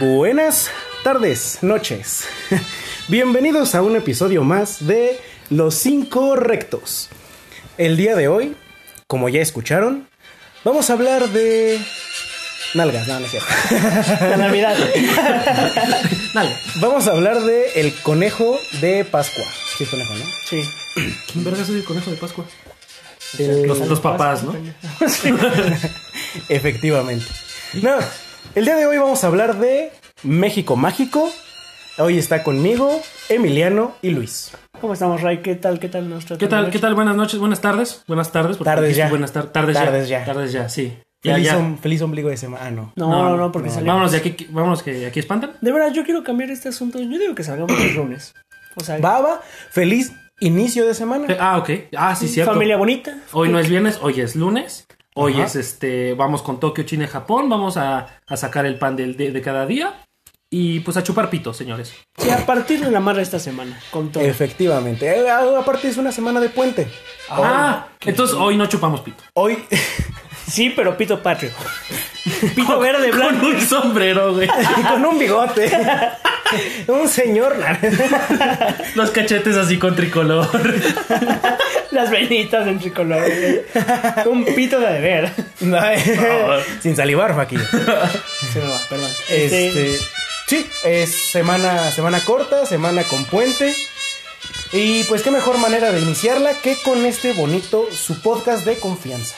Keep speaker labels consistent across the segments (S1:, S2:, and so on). S1: Buenas tardes, noches. Bienvenidos a un episodio más de Los 5 Rectos. El día de hoy, como ya escucharon, vamos a hablar de... Nalgas, no, no es cierto.
S2: La Navidad. Dale.
S1: Vamos a hablar de el conejo de Pascua. Sí, es conejo, ¿no?
S2: Sí.
S3: ¿Quién verga es el conejo de Pascua?
S1: Del-
S3: Los, los papás, ¿no?
S1: Efectivamente. No, el día de hoy vamos a hablar de México Mágico. Hoy está conmigo Emiliano y Luis.
S2: ¿Cómo estamos, Ray? ¿Qué tal? ¿Qué tal nuestra
S3: ¿Qué tal? ¿Qué tal? Buenas noches, buenas tardes. Buenas tardes. porque
S1: Tardes
S3: dijiste
S1: ya.
S3: Buenas tar- tardes,
S1: Tardes ya.
S3: ya. Tardes ya, sí. Ya,
S1: feliz,
S3: ya.
S1: om- feliz ombligo de semana. Ah, no.
S2: No, no, no, porque
S3: no.
S2: salimos.
S3: Vámonos de aquí, vámonos que aquí espantan.
S2: De verdad, yo quiero cambiar este asunto. Yo digo que salgamos los lunes. O sea,
S1: Baba, feliz inicio de semana.
S3: Ah, ok. Ah, sí, cierto.
S2: familia bonita.
S3: Hoy no es viernes, hoy es lunes. Hoy
S1: Ajá.
S3: es este, vamos con Tokio, China y Japón. Vamos a, a sacar el pan del, de, de cada día. Y pues a chupar pito, señores.
S2: Sí, a partir de la madre esta semana. Con todo.
S1: Efectivamente. Eh, ah, aparte es una semana de puente.
S3: ah, entonces hoy no chupamos pito.
S1: Hoy,
S2: Sí, pero pito patrio. Pito verde, blanco.
S3: Con un sombrero, güey.
S1: con un bigote. un señor.
S3: Los cachetes así con tricolor.
S2: Las venitas en tricolor. Un pito de deber.
S1: No, eh, Sin salivar, Faki.
S2: Se me va, perdón.
S1: Este,
S2: Este,
S1: sí, es semana, semana corta, semana con puente. Y pues qué mejor manera de iniciarla que con este bonito su podcast de confianza.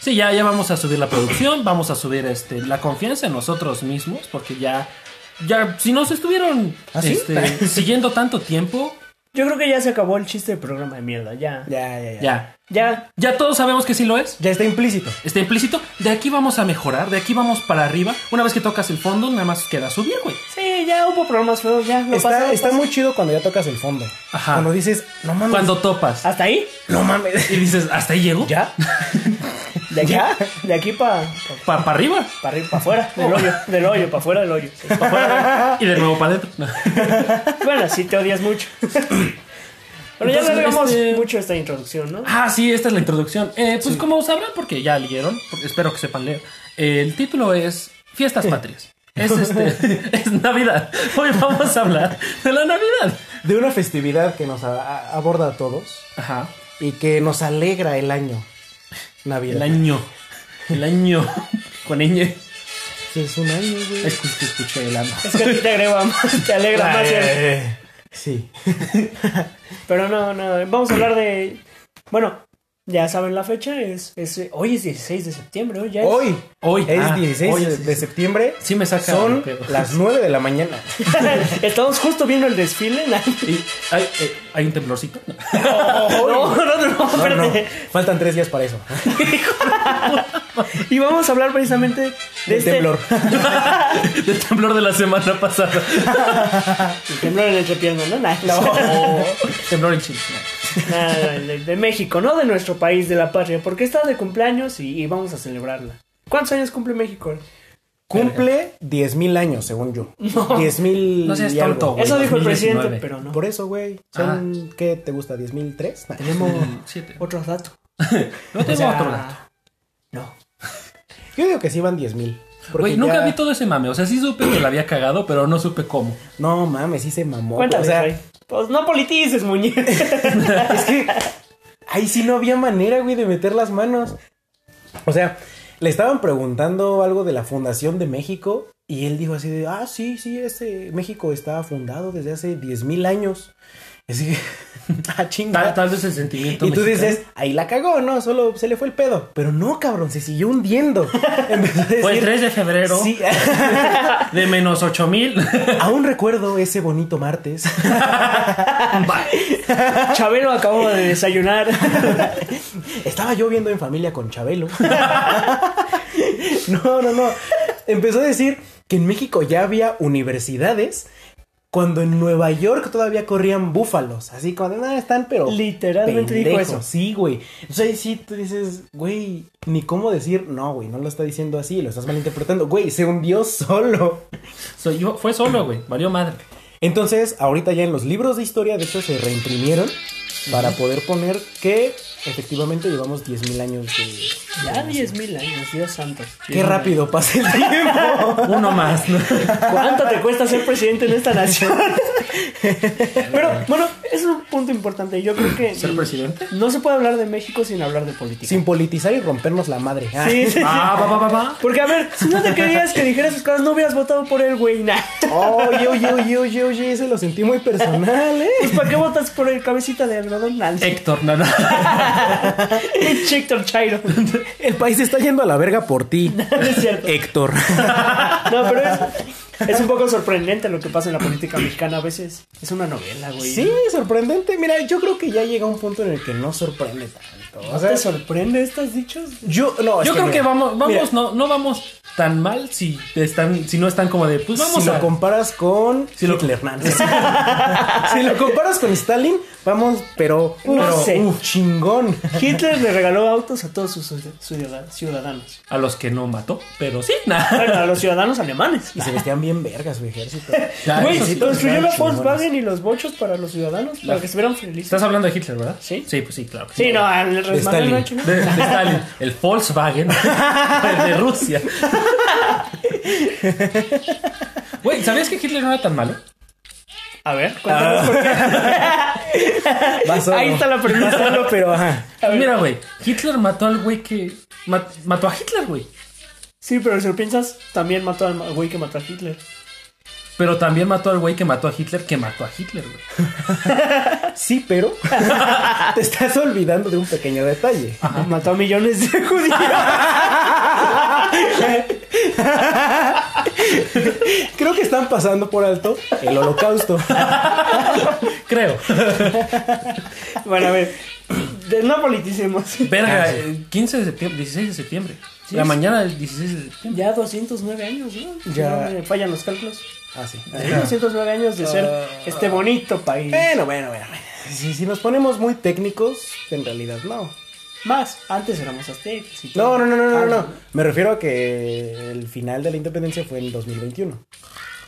S3: Sí, ya, ya vamos a subir la producción, vamos a subir este, la confianza en nosotros mismos, porque ya, ya si nos estuvieron
S1: ¿Ah, sí?
S3: este, siguiendo tanto tiempo,
S2: Yo creo que ya se acabó el chiste de programa de mierda. Ya.
S1: Ya, ya, ya. Ya,
S3: ya,
S2: Ya.
S3: ya todos sabemos que sí lo es.
S1: está implícito.
S3: Está implícito, de aquí vamos a mejorar, de aquí vamos para arriba. Una vez que tocas el fondo, nada más queda subir, güey.
S2: Sí, ya hubo programas feos. Ya. No
S1: está
S2: pasa, no
S1: está
S2: pasa.
S1: muy chido cuando ya tocas el fondo.
S3: Ajá.
S1: Cuando dices, no mames.
S3: Cuando topas
S2: ¿Hasta ahí?
S1: No mames.
S3: y dices, hasta ahí llego,
S1: ¿Ya?
S2: De aquí,
S1: ¿Ya?
S2: de aquí para
S3: para arriba.
S2: arriba, para afuera, del hoyo, del hoyo, para afuera del hoyo.
S3: pa' fuera, y de nuevo para adentro.
S2: Bueno, si te odias mucho. Pero ya
S3: Entonces,
S2: alargamos
S3: este-
S2: mucho esta introducción, ¿no?
S3: Ah, sí, esta es la introducción. Eh, pues como sabrán, porque ya leyeron, porque espero que sepan leer, eh, el título es Fiestas Patrias. Es, este, es Navidad. Hoy vamos a hablar de la Navidad.
S1: De una festividad que nos a- a- aborda a todos
S3: Ajá.
S1: y que nos alegra el año.
S3: El
S1: Navidad.
S3: año. El año. Con ñ.
S1: Es un año, güey. Ah,
S3: Es que que escuché el año.
S2: Es que a ti te agrega más, te alegra más. el-
S1: Eh, Sí.
S2: Pero no, no, vamos a hablar de... Bueno, ya saben la fecha, es, es hoy es 16 de septiembre, hoy ya es...
S1: Hoy.
S3: Hoy.
S1: Es
S3: ah,
S1: 16
S3: hoy
S1: de-
S3: es-
S1: de septiembre.
S3: Sí me saca.
S1: Son
S3: de pedo.
S1: las 9 de la mañana.
S2: Estamos justo viendo el desfile. ¿no?
S3: Y hay, eh, hay un temblorcito.
S2: No, no, no, no,
S1: No, no,
S2: espérate.
S1: Faltan 3 días para eso.
S2: Y vamos a hablar precisamente de
S1: Del
S2: este
S1: temblor.
S3: Del temblor de la semana pasada.
S2: El temblor en el entrepierna, ¿no? Nah,
S3: Oh, temblor en Chile.
S2: nah, de, de México, no de nuestro país, de la patria, porque está de cumpleaños y, y vamos a celebrarla. ¿Cuántos años cumple México?
S1: Cumple 10.000 años, según yo. 10.000.
S3: No seas
S1: y algo.
S3: tonto, güey.
S2: Eso dijo el
S3: 2019.
S2: presidente, pero no.
S1: Por eso, güey. Son, ¿qué te gusta? ¿10.003? Nah.
S3: Tenemos siete.
S2: Otros datos.
S3: No tengo
S2: O sea,
S3: otro dato.
S2: No.
S1: Yo digo que sí van 10.000. porque
S3: Güey, nunca
S1: ya-
S3: vi todo ese mame. O sea, sí supe que la había cagado, pero no supe cómo.
S1: No mames, sí se mamó.
S2: Cuéntame,
S1: o sea,
S2: Ray. Pues no politices, muñeco.
S1: es que ahí sí no había manera, güey, de meter las manos. O sea, le estaban preguntando algo de la fundación de México y él dijo así de, ah, sí, sí, este México está fundado desde hace 10.000 años. Así que, ah,
S3: Tal,
S1: chinga.
S3: tal vez el sentimiento.
S1: Y tú
S3: mexicano.
S1: dices, ahí la cagó, ¿no? Solo se le fue el pedo. Pero no, cabrón, se siguió hundiendo. Empezó a
S3: Fue el
S1: decir,
S3: 3 de febrero
S1: Sí,
S3: de menos 8000.
S1: aún recuerdo ese bonito martes.
S2: Chabelo acabó de desayunar.
S1: Estaba yo viendo en familia con Chabelo. no, no, no. Empezó a decir que en México ya había universidades cuando en Nueva York todavía corrían búfalos. Así cuando nada están, pero.
S2: Literalmente dijo
S1: pendejos".
S2: eso.
S1: Sí, güey. O sea, ahí sí tú dices, güey, ni cómo decir, no, güey, no lo está diciendo así, lo estás malinterpretando. Güey, se hundió solo.
S3: So, yo- fue solo, güey. Valió madre.
S1: Entonces, ahorita ya en los libros de historia, de hecho, se reimprimieron para poder poner que Efectivamente, llevamos 10.000 años de...
S2: Ya 10.000 años, Dios santo.
S1: ¡Qué rápido pasa el tiempo!
S3: Uno más. ¿no?
S2: ¿Cuánto te cuesta ser presidente en esta nación? Pero bueno, es un punto importante. Yo creo que
S3: ¿Ser presidente?
S2: no se puede hablar de México sin hablar de política.
S1: Sin politizar y rompernos la madre. Ah.
S2: Sí, sí, sí.
S3: Ah, va, va, va, va.
S2: Porque a ver, si no te querías que dijeras sus cosas, no hubieras votado por él, güey. Nah.
S1: Oye, oye, oye, oye, oye, ese lo sentí muy personal, ¿eh?
S2: Pues ¿para qué votas por el cabecita de algodón? Nah,
S3: Héctor, no, no.
S2: Pinche Héctor Chairo.
S1: El país está yendo a la verga por ti,
S2: No es cierto.
S1: Héctor.
S2: No, pero es, es un poco sorprendente lo que pasa en la política mexicana a veces. Es una novela, güey.
S1: Sí, sorprendente. Mira, yo creo que ya llega un punto en el que no sorprende tanto. O
S2: ¿No te
S1: sea,
S2: sorprende estos dichos?
S1: yo, no, es
S3: Yo creo que
S1: mira,
S3: vamos, vamos,
S1: mira,
S3: no, no vamos tan mal si están, si no están como de, pues vamos
S1: si
S3: a.
S1: lo comparas con
S3: Si lo-
S1: Hitler, no, no es cierto. si lo comparas con Stalin, vamos, pero,
S2: No
S1: pero,
S2: sé.
S1: uf, chingón.
S2: Hitler le regaló autos a todos sus ciudad- ciudad- ciudadanos.
S3: A los que no mató, pero sí, nada.
S2: Bueno, a los ciudadanos alemanes.
S1: Y se vestían bien vergas su ejército.
S3: Ya,
S2: Güey,
S3: eso sí,
S2: construyó la
S1: chingones.
S2: Volkswagen y los bochos para los ciudadanos, para que se vieran felices.
S3: Estás hablando de Hitler, ¿verdad?
S2: Sí.
S3: Sí, pues sí, claro. que
S2: Sí, no, el Manuel
S1: Stalin.
S2: no ha hecho nada.
S3: De, de Stalin, el Volkswagen el de Rusia. Güey, ¿sabías que Hitler no era tan malo?
S2: A ver,
S1: Ah,
S2: cuéntanos por qué.
S1: Vas solo.
S2: Ahí está la pregunta.
S1: Vas solo, pero ajá.
S2: A ver.
S3: Mira, güey, Hitler mató al güey que. mat- mató a Hitler, güey.
S2: Sí, pero si lo piensas, también mató al ma- güey que mató a Hitler.
S3: Pero también mató al güey que mató a Hitler, que mató a Hitler, güey.
S1: Sí, pero te estás olvidando de un pequeño detalle.
S2: Mató a millones de judíos.
S1: Creo que están pasando por alto el holocausto. Ah,
S3: Creo.
S2: bueno, a ver. de- no politicemos.
S3: Verga, eh, 15 de septiembre, 16 de septiembre. La mañana del 16 de septiembre.
S2: Ya 209 años, ¿no? Si
S1: Ya.
S2: no me fallan los cálculos.
S1: Ah, sí.
S2: Sí, 209 años de ser
S1: Ah.
S2: este bonito país.
S1: Bueno, bueno, bueno. bueno. Si, si nos ponemos muy técnicos, en realidad no.
S2: Más, antes éramos aztecas. y todo.
S1: No, no, no, no, no, no, no.
S2: Ah,
S1: Me refiero a que el final de la independencia fue en 2021.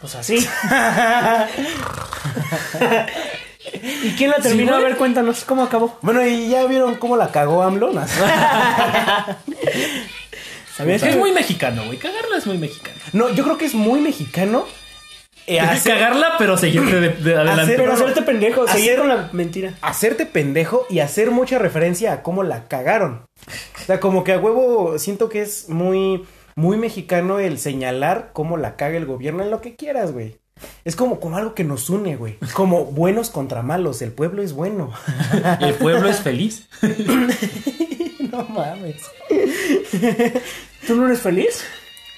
S2: Pues así. ¿Y quién la terminó?
S3: güey.
S2: a ver, cuéntanos, ¿cómo acabó?
S1: Bueno, y ya vieron cómo la cagó AMLO. ¿no?
S3: Es
S2: ¿Sabías
S3: que es
S2: que-
S3: muy mexicano, güey. Cagarla es muy mexicano.
S1: No, yo creo que es muy mexicano. eh, hacer-
S3: Cagarla, pero seguirte de, de adelante.
S2: Pero
S1: Pero
S2: hacerte pendejo, seguir
S1: hacer-
S2: con la mentira.
S1: hacerte pendejo y hacer mucha referencia a cómo la cagaron. O sea, como que a huevo siento que es muy, muy mexicano el señalar cómo la caga el gobierno en lo que quieras, güey. Es como, como algo que nos une, güey. Como buenos contra malos, el pueblo es bueno.
S3: El pueblo es feliz.
S1: no mames.
S2: ¿Tú no eres feliz?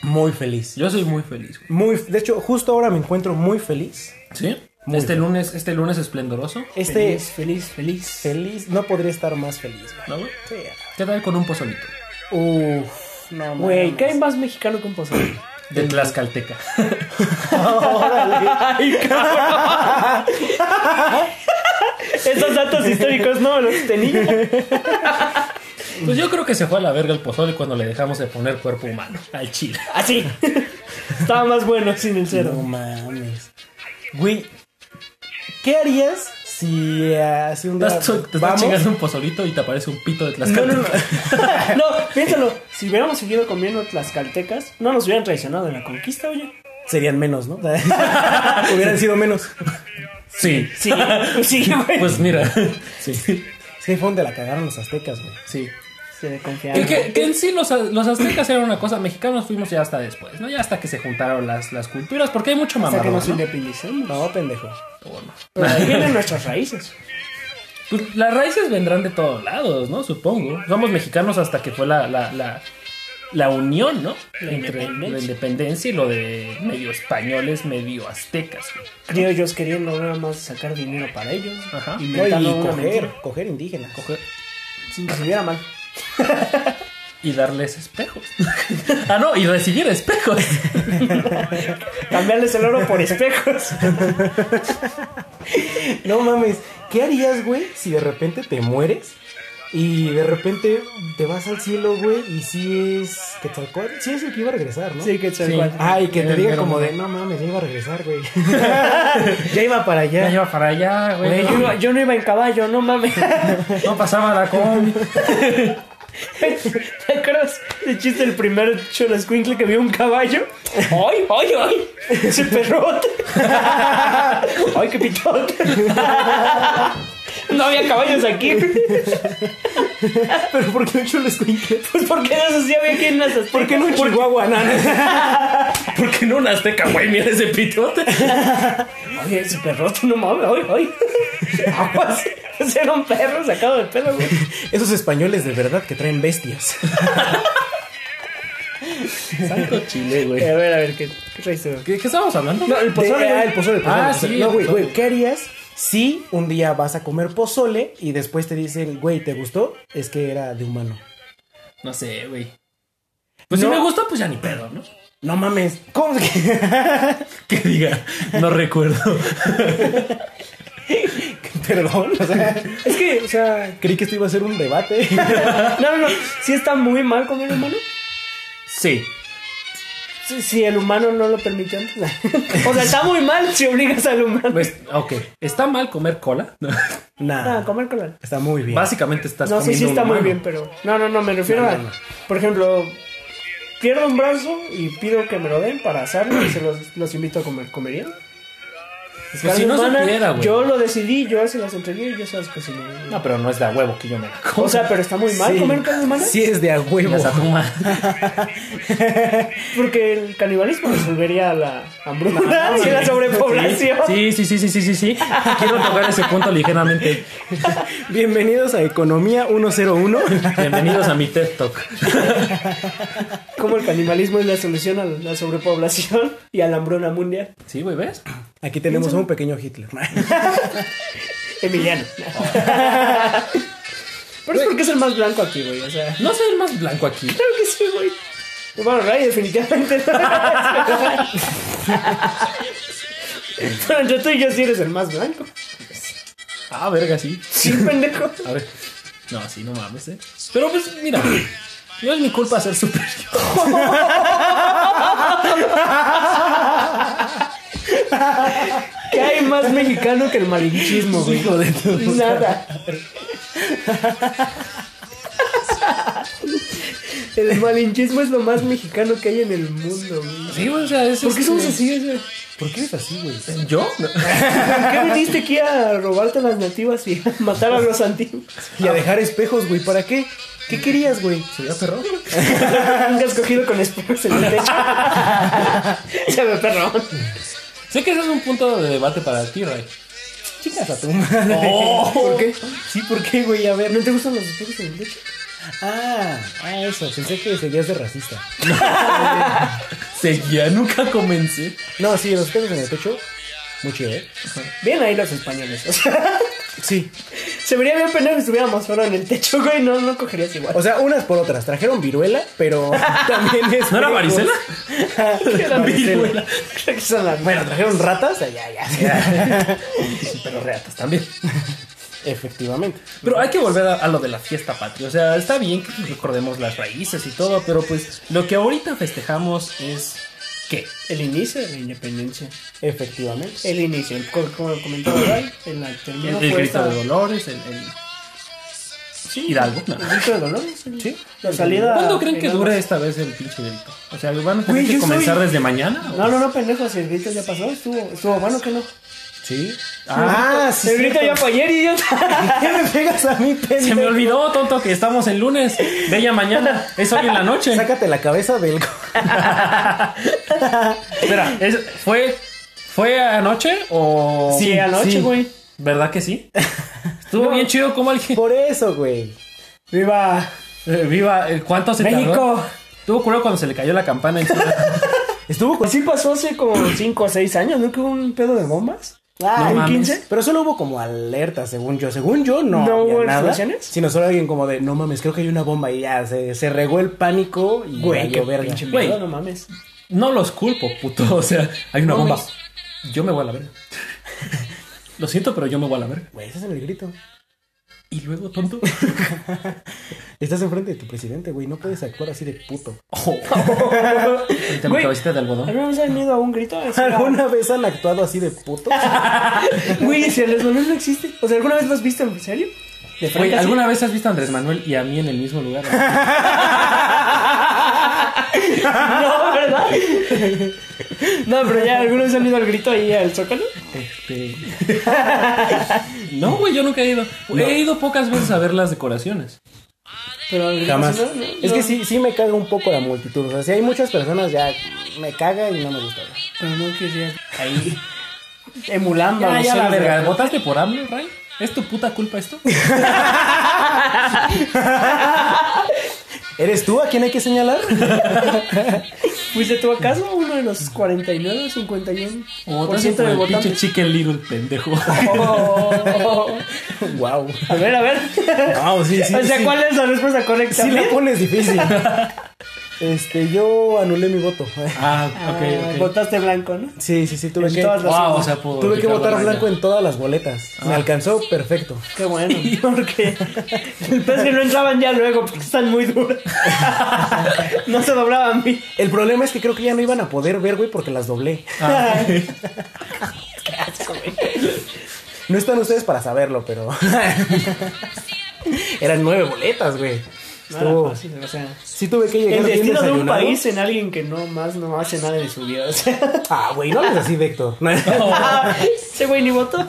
S1: Muy feliz.
S3: Yo soy muy feliz, güey.
S1: Muy, de hecho, justo ahora me encuentro muy feliz.
S3: ¿Sí?
S1: Muy
S3: este lunes, este lunes esplendoroso.
S1: Este
S2: Feliz, feliz, feliz.
S1: feliz, no podría estar más feliz, güey.
S3: ¿No, güey?
S1: Sí.
S3: ¿Qué tal con un pozolito?
S1: Uf, no mames.
S2: Güey, ¿qué hay más mexicano que un pozole?
S3: De Tlaxcalteca.
S2: ¡Ay, cabrón! Esos datos históricos no los tenía.
S3: Pues yo creo que se fue a la verga el pozole cuando le dejamos de poner cuerpo humano al chile.
S2: Así. Estaba más bueno sin el
S1: No
S2: cero.
S1: mames. Güey, ¿qué harías si así un día
S3: Estás- te estás
S1: vamos?
S3: chingando un pozolito y te aparece un pito de
S1: No,
S3: Tlaxcalteca.
S1: no, no.
S2: No, piénsalo. Si hubiéramos seguido comiendo tlaxcaltecas, no nos hubieran traicionado en la conquista, oye.
S1: Serían menos, ¿no? Hubieran sido menos.
S3: Sí.
S2: Sí, sí, güey.
S3: Pues mira. Sí.
S1: Sí, fue donde la cagaron los aztecas, güey.
S3: Sí.
S2: Se
S3: Que,
S2: confiaron.
S3: que- que en sí los, a- los aztecas eran una cosa, mexicanos fuimos ya hasta después, ¿no? Ya hasta que se juntaron las, las culturas, porque hay mucho
S2: Hasta que
S3: mamarrón,
S2: nos
S3: ¿no?
S2: independicemos.
S1: No, pendejo.
S3: O no.
S2: Pero ahí vienen nuestras raíces.
S3: Pues las raíces vendrán de todos lados, ¿no? Supongo. Somos mexicanos hasta que fue la, la, la, la unión, ¿no?
S2: La
S3: Entre
S2: independencia.
S3: la independencia y lo de medio españoles, medio aztecas, güey.
S2: Criollos queriendo nada más sacar dinero para ellos.
S3: Ajá.
S1: No,
S2: Inventando
S1: y
S2: una
S1: coger,
S2: mentira.
S1: coger indígenas.
S3: Coger
S2: Sin que se viera mal.
S3: y darles espejos. ah, no, y recibir espejos.
S2: Cambiarles el oro por espejos.
S1: No mames, ¿qué harías, güey, si de repente te mueres Y de repente te vas al cielo, güey, y sí es Quetzalcóatl, sí es el que iba a regresar, ¿no?
S2: Sí, que
S3: Sí.
S2: Ah,
S1: Ay, que te
S3: El
S1: diga
S3: mero
S1: como de,
S3: mero.
S1: no mames, ya iba a regresar, güey. ya iba para
S3: Ya
S1: allá.
S3: lleva para allá, güey.
S2: Güey, yo, no- yo no iba en caballo, no mames.
S3: No pasaba la combi.
S2: ¿Te acuerdas el chiste del primer Cholascuincle que vio un caballo? ¡Ay, ay, ay! ¡Ese perrote! ¡Ay, qué pitote! No había caballos aquí.
S1: Pero ¿por qué un chulo
S2: Pues ¿por qué no sí había aquí en las
S1: ¿Por qué no un chihuahua, nana?
S3: ¿Por qué no un azteca, güey? Mira ese pitote.
S2: Oye, ese perrote, no mames, ay, ay. Aguas. Ese era un perro sacado del pelo, güey.
S1: Esos españoles de verdad que traen bestias.
S3: Santo chile, güey.
S2: A ver, a ver, ¿qué, qué traes tú?
S3: ¿Qué, qué estábamos hablando?
S2: No, el pozole.
S1: De- ah,
S2: güey.
S1: el pozole, el pozole,
S3: Ah,
S1: el pozole.
S3: sí,
S1: No,
S3: el
S1: güey,
S3: pozole.
S1: güey, ¿qué harías si un día vas a comer pozole y después te dicen, güey, ¿te gustó? Es que era de humano.
S3: No sé, güey. Pues
S1: No.
S3: si me gusta, pues ya ni pedo, ¿no?
S1: No mames. ¿Cómo es que?
S3: Que diga, no recuerdo.
S1: Perdón, o sea,
S2: Es que, o sea,
S1: creí que esto iba a ser un debate.
S2: no, no, no. Sí está muy mal comer humano.
S3: Sí.
S2: Si, si el humano no lo permitió antes. o sea, está muy mal si obligas al humano
S3: Pues, ok. ¿Está mal comer cola?
S2: a
S1: Nah,
S2: comer cola.
S1: está muy bien.
S3: Básicamente estás
S2: No, sí,
S3: comiendo
S2: sí
S3: un
S2: está muy
S3: humano.
S2: bien, pero. No, no, no, me refiero
S1: No,
S2: a.
S1: no, no.
S2: Por ejemplo, pierdo un brazo y pido que me lo den para asarlo y se los, los invito a comer. ¿Comerían?
S3: Pues
S2: Carne
S3: si no
S2: humana,
S3: supiera, güey.
S2: Yo lo decidí, yo se las entregué y yo se las cociné.
S3: No, pero no es de a huevo que yo me la como.
S2: o sea, pero está muy mal
S1: Sí.
S2: comer carne humana.
S1: Sí es de a huevo.
S3: Chingas a tu madre.
S2: Porque el canibalismo resolvería la hambruna y la
S3: Ah, sí.
S2: sobrepoblación.
S3: Sí, sí, sí, sí, sí, sí, sí. Quiero tocar ese punto ligeramente.
S1: Bienvenidos a Economía 101.
S3: Bienvenidos a mi TED Talk.
S2: Como el canibalismo es la solución a la sobrepoblación y a la hambruna mundial.
S3: Sí, güey, ¿ves?
S1: Aquí tenemos a un pequeño Hitler.
S2: Emiliano. Pero es porque es el más blanco aquí, güey. O sea,
S3: No soy el más blanco aquí.
S2: claro que sí, güey. Bueno, Ray definitivamente no. Pero entre tú y yo sí eres el más blanco.
S3: Ah, verga, sí.
S2: Sí, pendejo.
S3: A ver. No, sí, no mames, eh. Pero pues, mira. No es mi culpa ser superior.
S2: ¿Qué hay más mexicano que el malinchismo, güey?
S1: Hijo de tu-
S2: Nada. El malinchismo es lo más mexicano que hay en el mundo, güey.
S3: Sí, güey, o sea, es.
S2: ¿Por qué
S3: este-
S2: somos así, güey?
S1: ¿Por qué eres así, güey?
S3: ¿Yo?
S2: ¿Por qué viniste aquí a robarte a las nativas y a matar a los antiguos?
S1: Y a dejar espejos, güey. ¿Para qué? ¿Qué querías, güey?
S3: ¿Sería perro?
S2: Nunca has cogido con espejos en el techo. Se ve perrón.
S3: Sé que ese es un punto de debate para ti, Ray.
S1: Chicas a tu madre.
S3: Oh.
S1: ¿Por qué? Sí, ¿por qué, güey? A ver.
S2: ¿No te gustan los espejos en el techo?
S1: Ah, ah, eso. Pensé que seguías de racista.
S3: Seguía, nunca comencé.
S1: No, sí, los espejos en el techo. Muy chido, ¿eh?
S2: Bien ahí los españoles. O sea,
S1: Sí.
S2: se vería bien penal que estuviéramos solo en el techo, güey. No, no cogerías igual.
S1: O sea, unas por otras. Trajeron viruela, pero también es. Ah,
S3: ¿No era varicela?
S2: Era
S3: Viruela.
S2: Creo que son las
S1: Bueno, trajeron ratas. Allá, ya.
S3: Pero reatas también.
S1: Efectivamente.
S3: Pero hay que volver a, a lo de la fiesta patria. O sea, está bien que recordemos las raíces y todo, pero pues lo que ahorita festejamos es. ¿Qué?
S2: El inicio de la independencia.
S1: Efectivamente.
S2: El inicio, el co- como comentaba Ray, en la
S3: El,
S2: terminó
S3: el
S2: fue
S3: grito
S2: esta-
S3: de Dolores, el. el... Hidalgo. No.
S2: ¿El grito de Dolores? el-
S1: Sí.
S2: La salida.
S3: ¿Cuándo creen que
S2: en
S3: dure
S2: ambas-
S3: esta vez el pinche grito? O sea, ¿van a tener
S2: Güey,
S3: que
S2: yo
S3: comenzar
S2: soy-
S3: desde mañana? o-
S2: No, no, no, pendejo, si el grito ya pasó, estuvo, estuvo bueno que no.
S1: Sí.
S3: Ah,
S1: Ah, sí.
S2: el grito ya fue ayer, idiota.
S1: ¿Qué me pegas a mí, pendejo?
S3: Se me olvidó, tonto, que estamos el lunes. Bella mañana. Es hoy en la noche.
S1: Sácate la cabeza del.
S3: Espera, es- ¿fue, ¿fue anoche o.?
S2: Sí, anoche, güey.
S3: ¿Verdad que sí? Estuvo bien chido como alguien.
S1: Por eso, güey.
S2: Viva
S3: Eh, viva, eh, ¿cuánto se
S2: México.
S3: tardó? Estuvo curado cuando se le cayó la campana encima.
S1: Estuvo con.
S2: Sí pasó hace como 5 o 6 años, ¿no? Que hubo un pedo de bombas.
S1: Ah,
S3: No
S2: ¿En
S3: mames.
S2: 15?
S1: Pero solo hubo como alerta, según yo. Según yo, no.
S2: ¿No
S1: había
S2: hubo
S1: nada,
S2: explosiones?
S1: Sino solo alguien como de, no mames, creo que hay una bomba y ya se, se regó el pánico y
S2: Güey,
S1: valió
S2: qué
S1: verga.
S2: pinche
S3: Güey.
S2: miedo, no mames.
S3: No los culpo, puto. O sea, hay una
S2: No,
S3: bomba.
S2: mis-
S3: Yo me voy a la verga. Lo siento, pero yo me voy a la verga.
S1: Güey, ese es el grito.
S3: Y luego, tonto.
S1: Estás enfrente de tu presidente, güey. No puedes actuar así de puto.
S3: Oh. Ahorita me
S2: Güey.
S3: cabecita de algodón.
S2: ¿Alguna vez han ido a un grito? a decir,
S1: ¿Alguna vez han actuado así de puto?
S2: Güey, si Andrés Manuel no existe. O sea, ¿alguna vez lo has visto? ¿En serio? De
S3: Güey,
S2: frente así.
S3: ¿alguna vez has visto a Andrés Manuel y a mí en el mismo lugar?
S2: No, ¿verdad? No, pero ya, ¿alguna vez han ido al grito ahí al Zócalo?
S3: Este... No, güey, yo nunca he ido. He ido pocas veces a ver las decoraciones.
S2: Pero al grito,
S1: Jamás.
S2: ¿no? No,
S1: Pues Es
S2: no.
S1: que sí, sí me caga un poco la multitud. O sea, si hay muchas personas, ya me caga y no me gusta.
S2: Pero no quería ahí emulando a
S3: Ya,
S2: los
S3: ya, la
S2: seres de-
S3: verga. ¿Votaste por AMLO, Ray? ¿Es tu puta culpa esto?
S1: ¿Eres tú a quien hay que señalar?
S2: ¿Fuiste tú acaso uno de los 49 51
S3: ¿O
S2: por
S3: votaste
S2: ciento
S3: por
S2: de
S3: el pinche
S2: votantes?
S3: chicken little pendejo?
S2: Oh.
S1: wow.
S2: A ver, a ver.
S1: Wow, sí, sí.
S2: o sea,
S1: sí.
S2: ¿cuál es la respuesta correcta?
S1: Sí la pones difícil. Este, yo anulé mi voto.
S3: Ah,
S2: Ah,
S3: ok, ok.
S2: Votaste blanco, ¿no?
S1: Sí, sí, sí, tuve
S2: En
S1: que...
S2: todas las-
S3: Wow, o sea, por
S1: Tuve que
S3: Ricardo
S1: votar
S3: Anaya.
S1: blanco en todas las boletas. Me alcanzó perfecto.
S2: Qué bueno. Porque el pez que no entraban ya luego porque están muy duras. No se doblaban bien.
S1: El problema es que creo que ya no iban a poder ver, güey, porque las doblé.
S3: Ah,
S1: No están ustedes para saberlo, pero. Eran nueve boletas, güey.
S2: No era
S1: Estuvo.
S2: fácil, o sea,
S1: Sí tuve que llegar
S2: el
S1: bien
S2: destino de un
S1: desayunado.
S2: país en alguien que no más no hace nada de su vida. O sea,
S1: Ah, güey, no hables así, Vector. No,
S2: ese güey ni votó.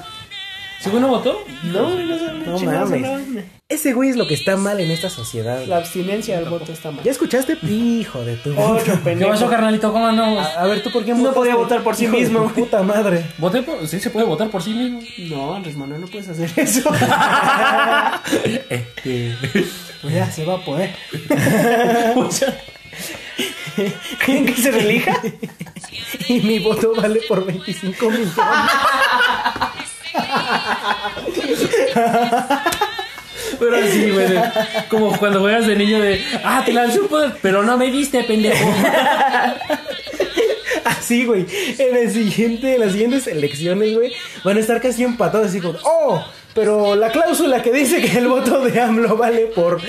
S3: ¿Según no votó?
S2: No, no sabe,
S1: no
S2: chingados,
S1: mames.
S2: no.
S1: Ese güey es lo que está mal en esta sociedad.
S2: La abstinencia del voto está mal.
S1: ¿Ya escuchaste? Hijo de tu.
S2: Otro
S3: ¿Qué
S2: pendejo.
S3: pasó, carnalito? ¿Cómo andamos?
S1: A a ver, ¿tú por qué
S2: No
S1: votaste?
S2: podía votar por sí
S1: Hijo de
S2: mismo,
S1: tu
S2: güey.
S1: Puta madre.
S3: Voté por... Sí, se puede votar por sí mismo.
S2: No, Andrés Manuel, no puedes hacer eso.
S3: Este...
S1: Pues ya se va a poder.
S2: ¿Quieren que se relija?
S1: Y mi voto vale por 25 millones.
S3: Pero así, güey. de- Como cuando juegas de niño de... Ah, te lanzó un poder, pero no me diste, pendejo.
S1: Así, Ah, güey. En el siguiente, en las siguientes elecciones, güey, van a estar casi empatados. Así como, oh, pero la cláusula que dice que el voto de AMLO vale por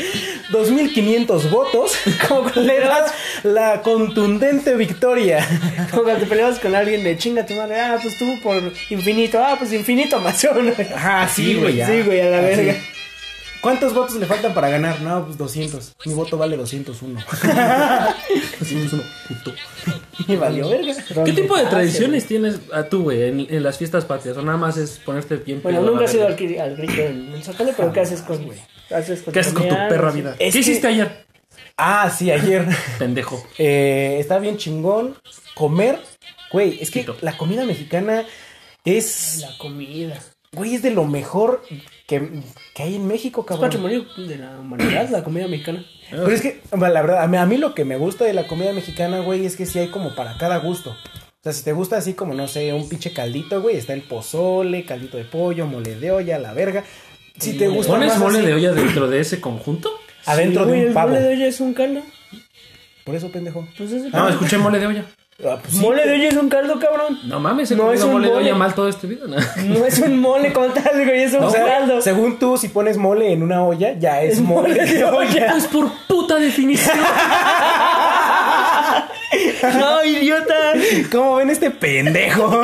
S1: 2.500 votos, como que le das la contundente victoria.
S2: Como cuando te peleas con alguien de chinga tu madre. Ah, pues tú por infinito. Ah, pues infinito más uno.
S1: Ajá,
S3: Ah, sí, güey, ya.
S2: Sí, güey, a la
S1: Así.
S2: verga.
S1: ¿Cuántos votos le faltan para ganar? No, pues 200. Mi voto vale 201. 201, puto. Y valió verga.
S3: ¿Qué tipo de
S2: Ah,
S3: tradiciones tienes a tú, güey, en, en las fiestas patrias? ¿O nada más es ponerte bien
S2: Bueno,
S3: pedo,
S2: nunca
S3: la
S2: has ido
S3: verga?
S2: al, cri- al grito en el Zócalo, pero ¿qué haces con, haces con
S3: ¿Qué haces con tu
S2: familiar?
S3: perra vida? ¿Qué
S1: Es que-
S3: hiciste ayer,
S1: Ah, sí, ayer.
S3: pendejo?
S1: Eh, está bien chingón. Comer, güey, es que
S3: Quito.
S1: la comida mexicana es,
S2: La comida. Es
S1: güey, es de lo mejor que, que hay en México, cabrón.
S2: patrimonio de la humanidad, la comida mexicana.
S1: Pero es que, bueno, la verdad, a mí, a mí lo que me gusta de la comida mexicana, güey, es que sí hay como para cada gusto. O sea, si te gusta así como, no sé, un pinche caldito, güey, está el pozole, caldito de pollo, mole de olla, la verga. Si te gusta
S3: ¿Pones
S1: más
S3: mole
S1: así,
S3: de olla dentro de ese conjunto?
S1: adentro
S2: Sí, güey,
S1: de un
S2: el
S1: pavo.
S2: mole de olla es un caldo.
S1: Por eso, pendejo.
S2: Pues es el
S3: No, escuché mole de olla.
S1: Ah, pues sí.
S2: Mole de olla es un caldo, cabrón.
S3: No mames, he
S2: No,
S3: comido
S2: es un
S3: mole de
S2: mole.
S3: olla mal todo este video. ¿no?
S2: No es un mole como tal, güey, es un
S1: O sea,
S2: caldo.
S1: según tú, si pones mole en una olla, ya es, mole, de olla.
S3: Pues por puta definición.
S2: No, idiota.
S1: ¿Cómo ven este pendejo?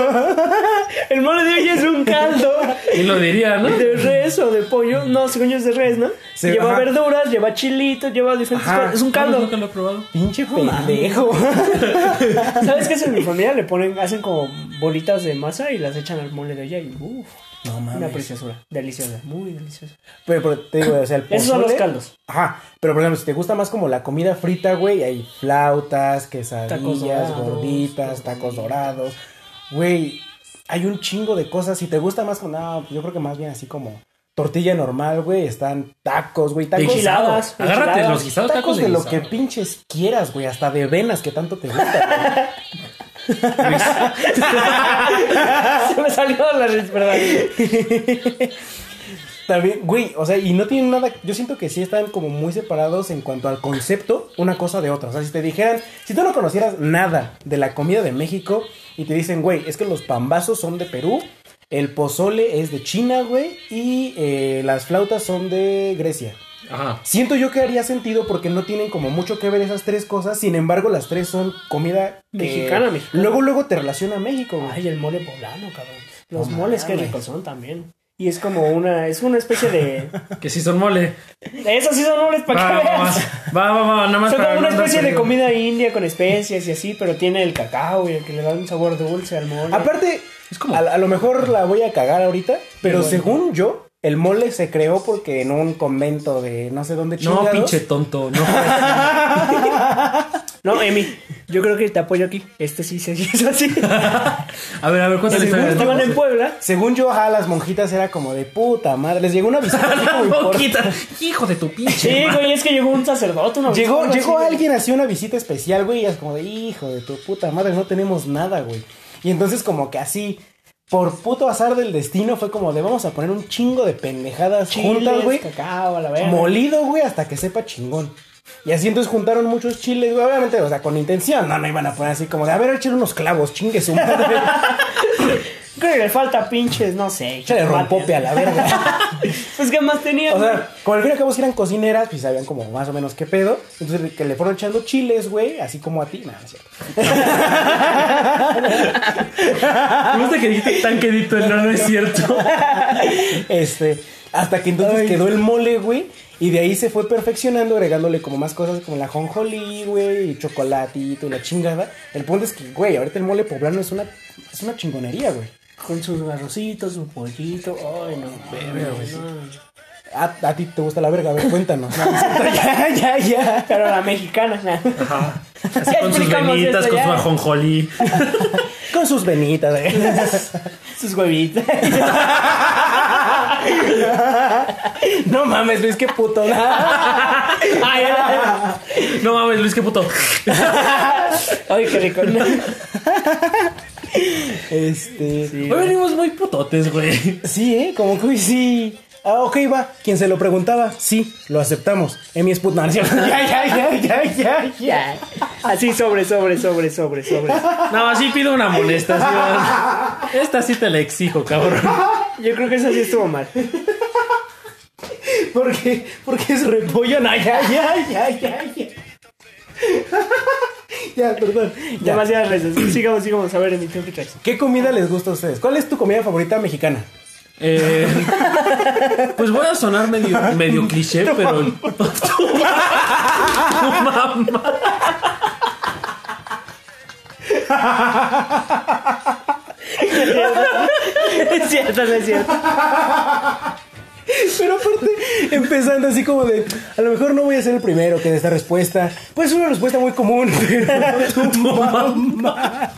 S2: El mole de olla es un caldo.
S3: Y lo diría, ¿no?
S2: De res o de pollo. No, según yo es de res, ¿no?
S1: Sí,
S2: lleva
S1: ajá.
S2: verduras, lleva chilitos, lleva diferentes
S1: Ajá.
S2: cosas. Es un
S3: Ah, No,
S2: caldo.
S3: Nunca lo he probado.
S1: Pinche pendejo.
S2: ¿Sabes qué hacen en mi familia? Le ponen, hacen como bolitas de masa y las echan al mole de olla y uff,
S1: No
S2: una
S1: mames.
S2: preciosura. Deliciosa, muy deliciosa.
S1: Pero, pero te digo, o sea, el pozole.
S2: Esos son los caldos.
S1: Ajá. Pero por ejemplo, si te gusta más como la comida frita, güey, hay flautas, quesadillas,
S2: Tacos dorados,
S1: gorditas, tacos dorados. Güey, hay un chingo de cosas. Si te gusta más como, no, yo creo que más bien así como tortilla normal, güey, están tacos, güey, tacos.
S3: guisado,
S2: Enchiladas,
S3: Agárrate
S2: enchiladas,
S3: los guisados,
S1: Tacos de lo que
S3: guisado.
S1: pinches quieras, güey, hasta de venas que tanto te gusta. Ah,
S2: Se me salió la res, ¿verdad?
S1: También, güey, o sea, y no tienen nada. Yo siento que sí están como muy separados en cuanto al concepto, una cosa de otra. O sea, si te dijeran, si tú no conocieras nada de la comida de México y te dicen, güey, es que los pambazos son de Perú, El pozole es de China, güey. Y eh, las flautas son de Grecia.
S3: Ajá.
S1: Siento yo que haría sentido porque no tienen como mucho que ver esas tres cosas. Sin embargo, las tres son comida eh,
S2: Mexicana, mexicana.
S1: Luego, luego te relaciona a México, güey.
S2: Ay, el mole poblano, cabrón. Los
S1: No
S2: moles que
S1: mames.
S2: ricos son también. Y es como una, es una especie de.
S3: Que sí son mole.
S2: Esos sí son moles
S3: Va,
S2: para
S3: va,
S2: que veas.
S3: va, va, va, va, nada más
S2: Son
S3: para
S2: como una
S3: no andar
S2: especie de
S3: perdido.
S2: comida india con especias y así, pero tiene el cacao y el que le da un sabor dulce al mole.
S1: Aparte,
S3: Es como-
S1: a, a lo mejor la voy a cagar ahorita, pero
S2: Igual.
S1: según yo, el mole se creó porque en un convento de no sé dónde
S3: No,
S1: chingados-
S3: pinche tonto. No.
S2: No, Emi, yo creo que te apoyo aquí. Este sí se sí es así.
S3: A ver, a ver, cuéntale.
S1: Seguro
S3: Fer,
S2: Estaban
S3: no,
S2: en Puebla.
S1: Según yo, a las monjitas era como de puta madre. Les llegó una visita.
S3: La
S1: muy fuerte.
S3: boquita. Hijo de tu pinche.
S2: Sí,
S3: madre.
S2: güey, es que llegó un sacerdote. Una
S1: Llegó,
S2: algo
S1: llegó
S2: así, güey.
S1: alguien así una visita especial, güey, y es como de hijo de tu puta madre, no tenemos nada, güey. Y entonces como que así, por puto azar del destino, fue como de vamos a poner un chingo de pendejadas
S2: Chiles,
S1: juntas, güey.
S2: Cacao, a la verga.
S1: Molido, güey, hasta que sepa chingón. Y así entonces juntaron muchos chiles, güey, obviamente, o sea, con intención, no, no iban a poner así como de, a ver, échale unos clavos, chingue su madre,
S2: Creo que le falta pinches, no sé.
S1: échale
S2: jitomate.
S1: rompope a la verga.
S2: Pues que más tenía.
S1: O sea, como al fin y al cabo si eran cocineras, pues sabían como más o menos qué pedo. Entonces que le fueron echando chiles, güey, así como a ti. Nada, no es cierto.
S3: Me gusta que dijiste tan quedito el no, no es cierto.
S1: Este, hasta que entonces
S2: Ay.
S1: quedó el mole, güey. Y de ahí se fue perfeccionando, agregándole como más cosas como la jonjolí, güey, y chocolatito y la chingada. El punto es que, güey, ahorita el mole poblano es una, es una chingonería, güey.
S2: Con sus arrocitos, su pollito. Ay, no. no.
S1: A, a ti te gusta la verga, a ver, cuéntanos. No, no es cierto, ya, ya, ya.
S2: Pero la mexicana.
S3: Ajá. Así
S2: Ya
S3: con sus
S2: explicamos
S3: venitas,
S2: esto
S3: con
S2: ya.
S3: su ajonjolí.
S1: Con sus venitas, güey.
S2: Sus huevitas.
S1: No mames, Luis, qué puto.
S2: Ay, ay,
S3: No mames, Luis, qué puto.
S2: ay. Ay, qué rico.
S1: Este.
S2: Sí.
S3: Hoy venimos muy putotes, güey.
S1: Sí, ¿eh? Como que uy, sí. Ah, ok, va. Quien se lo preguntaba, sí, lo aceptamos. Emi es puta. No, no es cierto. Ya, ya, ya, ya, ya, ya.
S2: Ya. Así sobre, sobre, sobre, sobre, sobre.
S3: No, sí pido una molestación. Esta sí te la exijo, cabrón.
S2: Yo creo que esa sí estuvo mal.
S1: Porque, porque es repollo. No, ya, ya, ya, ya, ya. Ya, perdón. Ya.
S2: Demasiadas veces. Sigamos, sigamos. A ver, Emi, ¿tú qué traes?
S1: ¿Qué comida les gusta a ustedes? ¿Cuál es tu comida favorita mexicana?
S3: Eh, pues voy a sonar medio, medio cliché, pero. Tu mamá.
S2: Es cierto, no es cierto.
S1: Pero aparte, empezando así como de, a lo mejor no voy a ser el primero que dé esta respuesta. Pues es una respuesta muy común, pero tu mamá.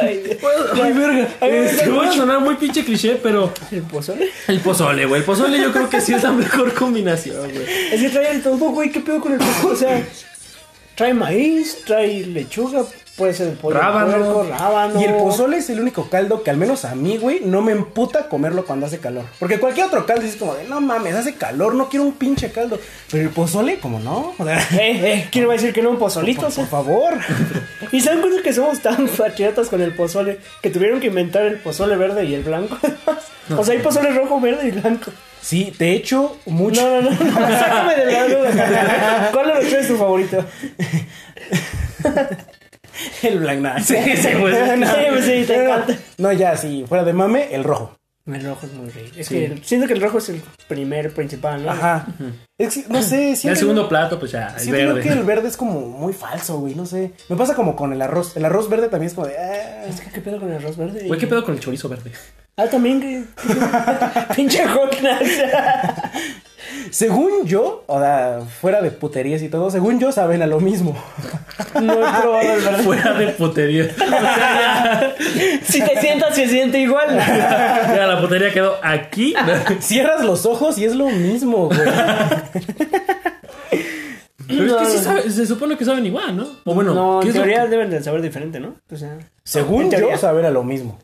S2: Ay,
S3: Ay, verga. Este, voy a sonar muy pinche cliché, pero.
S2: ¿El pozole?
S3: El pozole, güey. El pozole yo creo que sí es la mejor combinación, güey.
S2: Es que trae el todo, güey. ¿Qué pedo con el pozole? O sea, trae maíz, trae lechuga, puede ser el pollo.
S3: Rábano.
S2: puerco, rábano.
S1: Y el pozole es el único caldo que al menos a mí, güey, no me emputa comerlo cuando hace calor. Porque cualquier otro caldo es como de, no mames, hace calor, no quiero un pinche caldo. Pero el pozole, como no. O sea,
S2: Eh, eh, ¿quién va a decir que no un pozolito? O
S1: por
S2: sea,
S1: favor.
S2: ¿Y se dan cuenta que somos tan patriotas con el pozole que tuvieron que inventar el pozole verde y el blanco? o sea, hay pozole rojo, verde y blanco.
S1: Sí, te echo mucho.
S2: No, no, no, no, sácame de la duda. ¿Cuál de los tres es tu favorito?
S1: El black nah.
S3: Sí, sí, güey.
S1: No,
S2: Sí, pues sí, te
S1: no, no.
S2: encanta.
S1: No, ya, sí, fuera de mame, el rojo.
S2: El rojo es muy rico. Es que el- siento que el rojo es el primer principal, ¿no?
S1: Ajá. Es que, no sé,
S3: Ya
S1: siempre.
S3: el segundo plato, pues ya, el
S1: Siento yo que
S3: verde.
S1: el verde es como muy falso, güey, no sé. Me pasa como con el arroz. El arroz verde también es como de. ah.
S2: Es que, ¿Qué pedo con el arroz verde?
S3: Güey, ¿qué pedo con el chorizo verde?
S2: Ah, también. que- Pinche hotness.
S1: Según yo, o sea, fuera de puterías y todo, según yo saben a lo mismo.
S2: No he probado el verde.
S3: Fuera de putería. O sea,
S2: Si te sientas, se siente igual.
S3: ya, ya la putería quedó aquí.
S1: Cierras los ojos y es lo mismo, güey.
S3: Pero es que sí sabe- se supone que saben igual, ¿no? O bueno,
S2: No,
S3: ¿qué
S2: en
S3: es lo
S2: teoría
S3: que-
S2: deben de saber diferente, ¿no? O sea,
S1: Según
S2: en
S1: yo
S2: teoría.
S1: saben a lo mismo.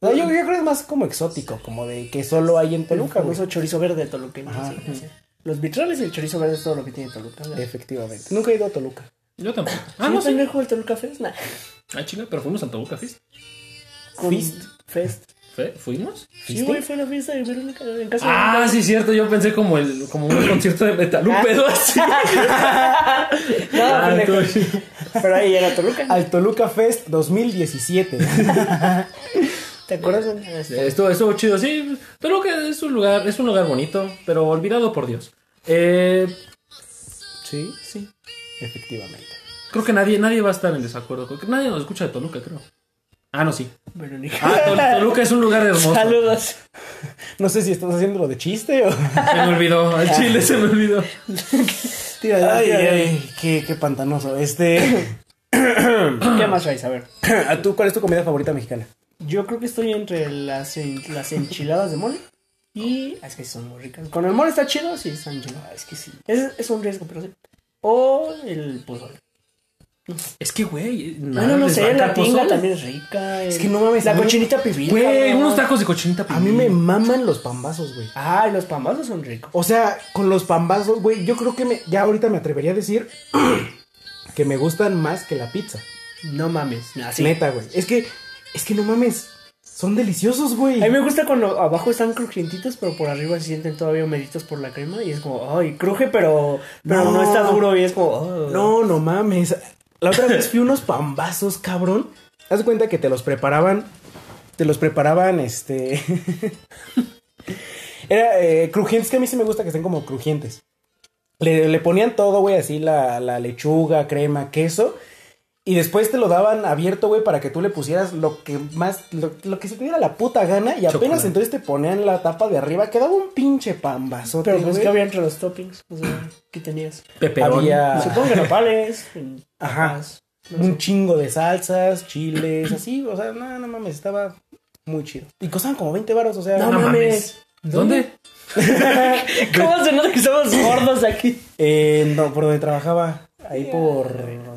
S1: O sea, yo, yo creo que es más como exótico, como de que solo hay en
S2: Toluca,
S1: Toluca, güey.
S2: güey. Eso chorizo verde toluqueño.
S1: Ajá.
S2: sí, sí. Los vitrales y el chorizo verde es todo lo que tiene Toluca. ¿verdad?
S1: Efectivamente. Nunca he ido a Toluca.
S3: Yo tampoco. Ah,
S2: ¿Sí
S3: no,
S2: no
S3: sí.
S2: el juego del Toluca Fest? Nah.
S3: Ah, chinga, pero fuimos a Antobuca Fest.
S2: con
S1: Fist.
S2: Fest.
S3: ¿Fue- ¿Fuimos?
S2: Sí, güey, fue la fiesta de Verónica en casa
S3: Ah, sí, cierto. Yo pensé como, el, como un concierto de metal.
S2: Ah.
S3: Un pedo así.
S2: de Verónica. No,
S3: Ah,
S2: pendejo.
S3: tú-
S2: Pero ahí era Toluca.
S1: Al Toluca Fest 2017.
S2: ¿Te acuerdas? de-
S3: Esto, estuvo chido, sí. Pero que es un lugar, es un lugar bonito, pero olvidado por Dios. Eh,
S1: sí, sí. Efectivamente.
S3: creo que nadie, nadie va a estar en desacuerdo. con- Nadie nos escucha de Toluca, creo. Ah, no, sí.
S2: Verónica.
S3: Ah, Tol- Toluca es un lugar hermoso.
S2: Saludos.
S1: No sé si estás haciéndolo de chiste o.
S3: Se me olvidó. Al Chile se me olvidó.
S2: Tira,
S1: Ay,
S2: tira.
S1: ay, qué, qué pantanoso. Este.
S2: ¿Qué más traes? A ver.
S1: ¿A tú cuál es tu comida favorita mexicana?
S2: Yo creo que estoy entre las, en- las enchiladas de mole y. ah, Es que son muy ricas. Con el mole está chido, sí, están chidas. es que sí. Es, es un riesgo, pero sí. O el pozole.
S3: Es que, güey.
S2: Ah, No,
S3: nada
S2: no, no
S3: les
S2: sé,
S3: banca
S2: la tinga
S3: pozole.
S2: también es rica.
S1: Es
S2: el-
S1: que no mames, a
S2: La
S1: mí-
S2: cochinita pibil.
S3: Güey, unos tacos de cochinita
S1: A mí me maman los pambazos, güey.
S2: Ah, los pambazos son ricos.
S1: O sea, con los pambazos, güey, yo creo que me, ya ahorita me atrevería a decir que me gustan más que la pizza.
S2: No mames. Así.
S1: Neta, güey. Es que, es que no mames, son deliciosos, güey.
S2: A mí me gusta cuando abajo están crujientitos, pero por arriba se sienten todavía humeditos por la crema. Y es como, ay, cruje, pero, pero no.
S1: No.
S2: está duro. Y es como, oh.
S1: No, no mames. La otra vez fui a unos pambazos, cabrón. Haz de cuenta que te los preparaban, te los preparaban, este... Era eh, crujientes, que a mí sí me gusta que estén como crujientes. Le, le ponían todo, güey, así la, la lechuga, crema, queso. Y después te lo daban abierto, güey, para que tú le pusieras lo que más, lo, lo que se te diera la puta gana. Y apenas
S3: Chocolate.
S1: entonces te ponían la tapa de arriba. Quedaba un pinche pambazote,
S2: Pero pues,
S1: güey.
S2: ¿qué había entre los toppings? O sea, ¿qué tenías?
S3: Peperón.
S1: Había- Ah.
S2: Supongo que nopales.
S1: Ajá.
S2: papas, no sé.
S1: un chingo de salsas, chiles, así, o sea, no, no mames, estaba muy chido. Y costaban como 20 varos, o sea,
S3: No, mames. ¿Dónmo?
S2: ¿Cómo se nota que estamos gordos aquí?
S1: Eh, no, por donde trabajaba, ahí por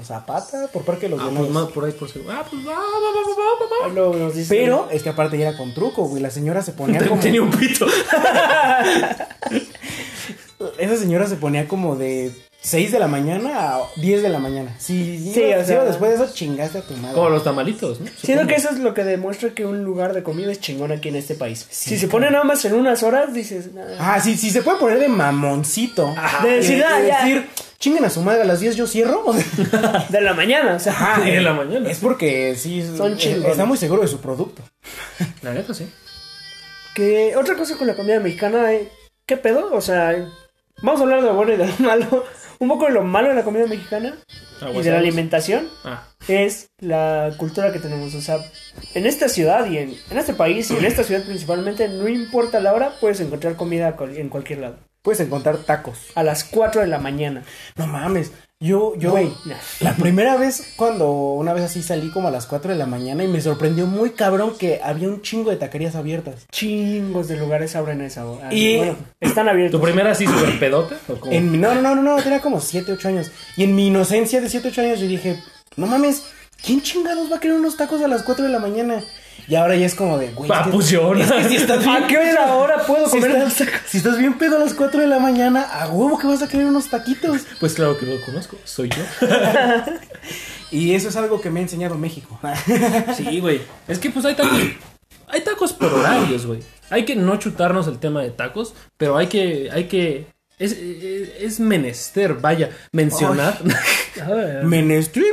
S1: Zapata, por Parque de los
S3: Ah,
S1: Venados.
S3: pues más por ahí, por seguro. Ah, pues va, va, va, va,
S1: Ah,
S3: va, va, va.
S2: Luego nos dicen.
S1: Pero es que aparte ya era con truco, güey, la señora se ponía como
S3: Tenía un pito.
S1: esa señora se ponía como de 6 de la mañana a 10 de la mañana. Si
S2: Sí,
S1: ibas-
S2: o sea-
S1: ibas después de eso chingaste a tu madre.
S3: Como los tamalitos, ¿no?
S2: Siento que eso es lo que demuestra que un lugar de comida es chingón aquí en este país. si se ponen ambas en unas horas, dices. "Ah,
S1: Ah, sí, sí se puede poner de mamoncito.
S2: Ajá.
S1: De decir,
S2: Sí,
S1: ah,
S2: ya.
S1: decir, chinguen a su madre a las 10 yo cierro. o sea,
S2: De la mañana, o sea.
S1: Ah,
S3: Sí,
S1: eh,
S3: en la mañana.
S1: Es porque sí, es-
S2: Son
S1: eh,
S2: chingones.
S1: está muy seguro de su producto.
S3: La neta, sí.
S2: Que otra cosa con la comida mexicana, eh, ¿qué pedo? O sea, vamos a hablar de lo bueno y de lo malo. Un poco de lo malo de la comida mexicana y de la alimentación.
S3: Ah,
S2: es la cultura que tenemos. O sea, en esta ciudad y en, en este país y en esta ciudad principalmente, no importa la hora, puedes encontrar comida cual- en cualquier lado.
S1: Puedes encontrar tacos.
S2: A las 4 de la mañana.
S1: No mames. Yo, yo,
S2: Güey,
S1: la primera vez cuando una vez así salí como a las 4 de la mañana y me sorprendió muy cabrón que había un chingo de taquerías abiertas.
S2: chingos de lugares abren a esa hora.
S1: Y-
S2: Bueno, están
S3: ¿Tu
S2: abiertos.
S3: primera sí super pedota? ¿O cómo?
S1: En mi, no, no, no, no, no, tenía como 7, 8 años. Y en mi inocencia de 7, 8 años yo dije, no mames, ¿quién chingados va a querer unos tacos a las 4 de la mañana? Y ahora ya es como de, güey, es
S3: Ah,
S1: que-
S3: pues yo, ¿no?
S1: si estás bien
S2: ¿A qué hora ahora puedo
S1: Si
S2: comer
S1: estás, si estás bien pedo a las 4 de la mañana, a huevo que vas a querer unos taquitos.
S3: Pues claro que lo conozco, soy yo.
S1: Y eso es algo que me ha enseñado México.
S3: Sí, güey. Es que pues hay tacos. Hay tacos por horarios, güey. Hay que no chutarnos el tema de tacos, pero hay que, hay que. Es, es, es menester, vaya, mencionar.
S2: Ah,
S1: Menestrel.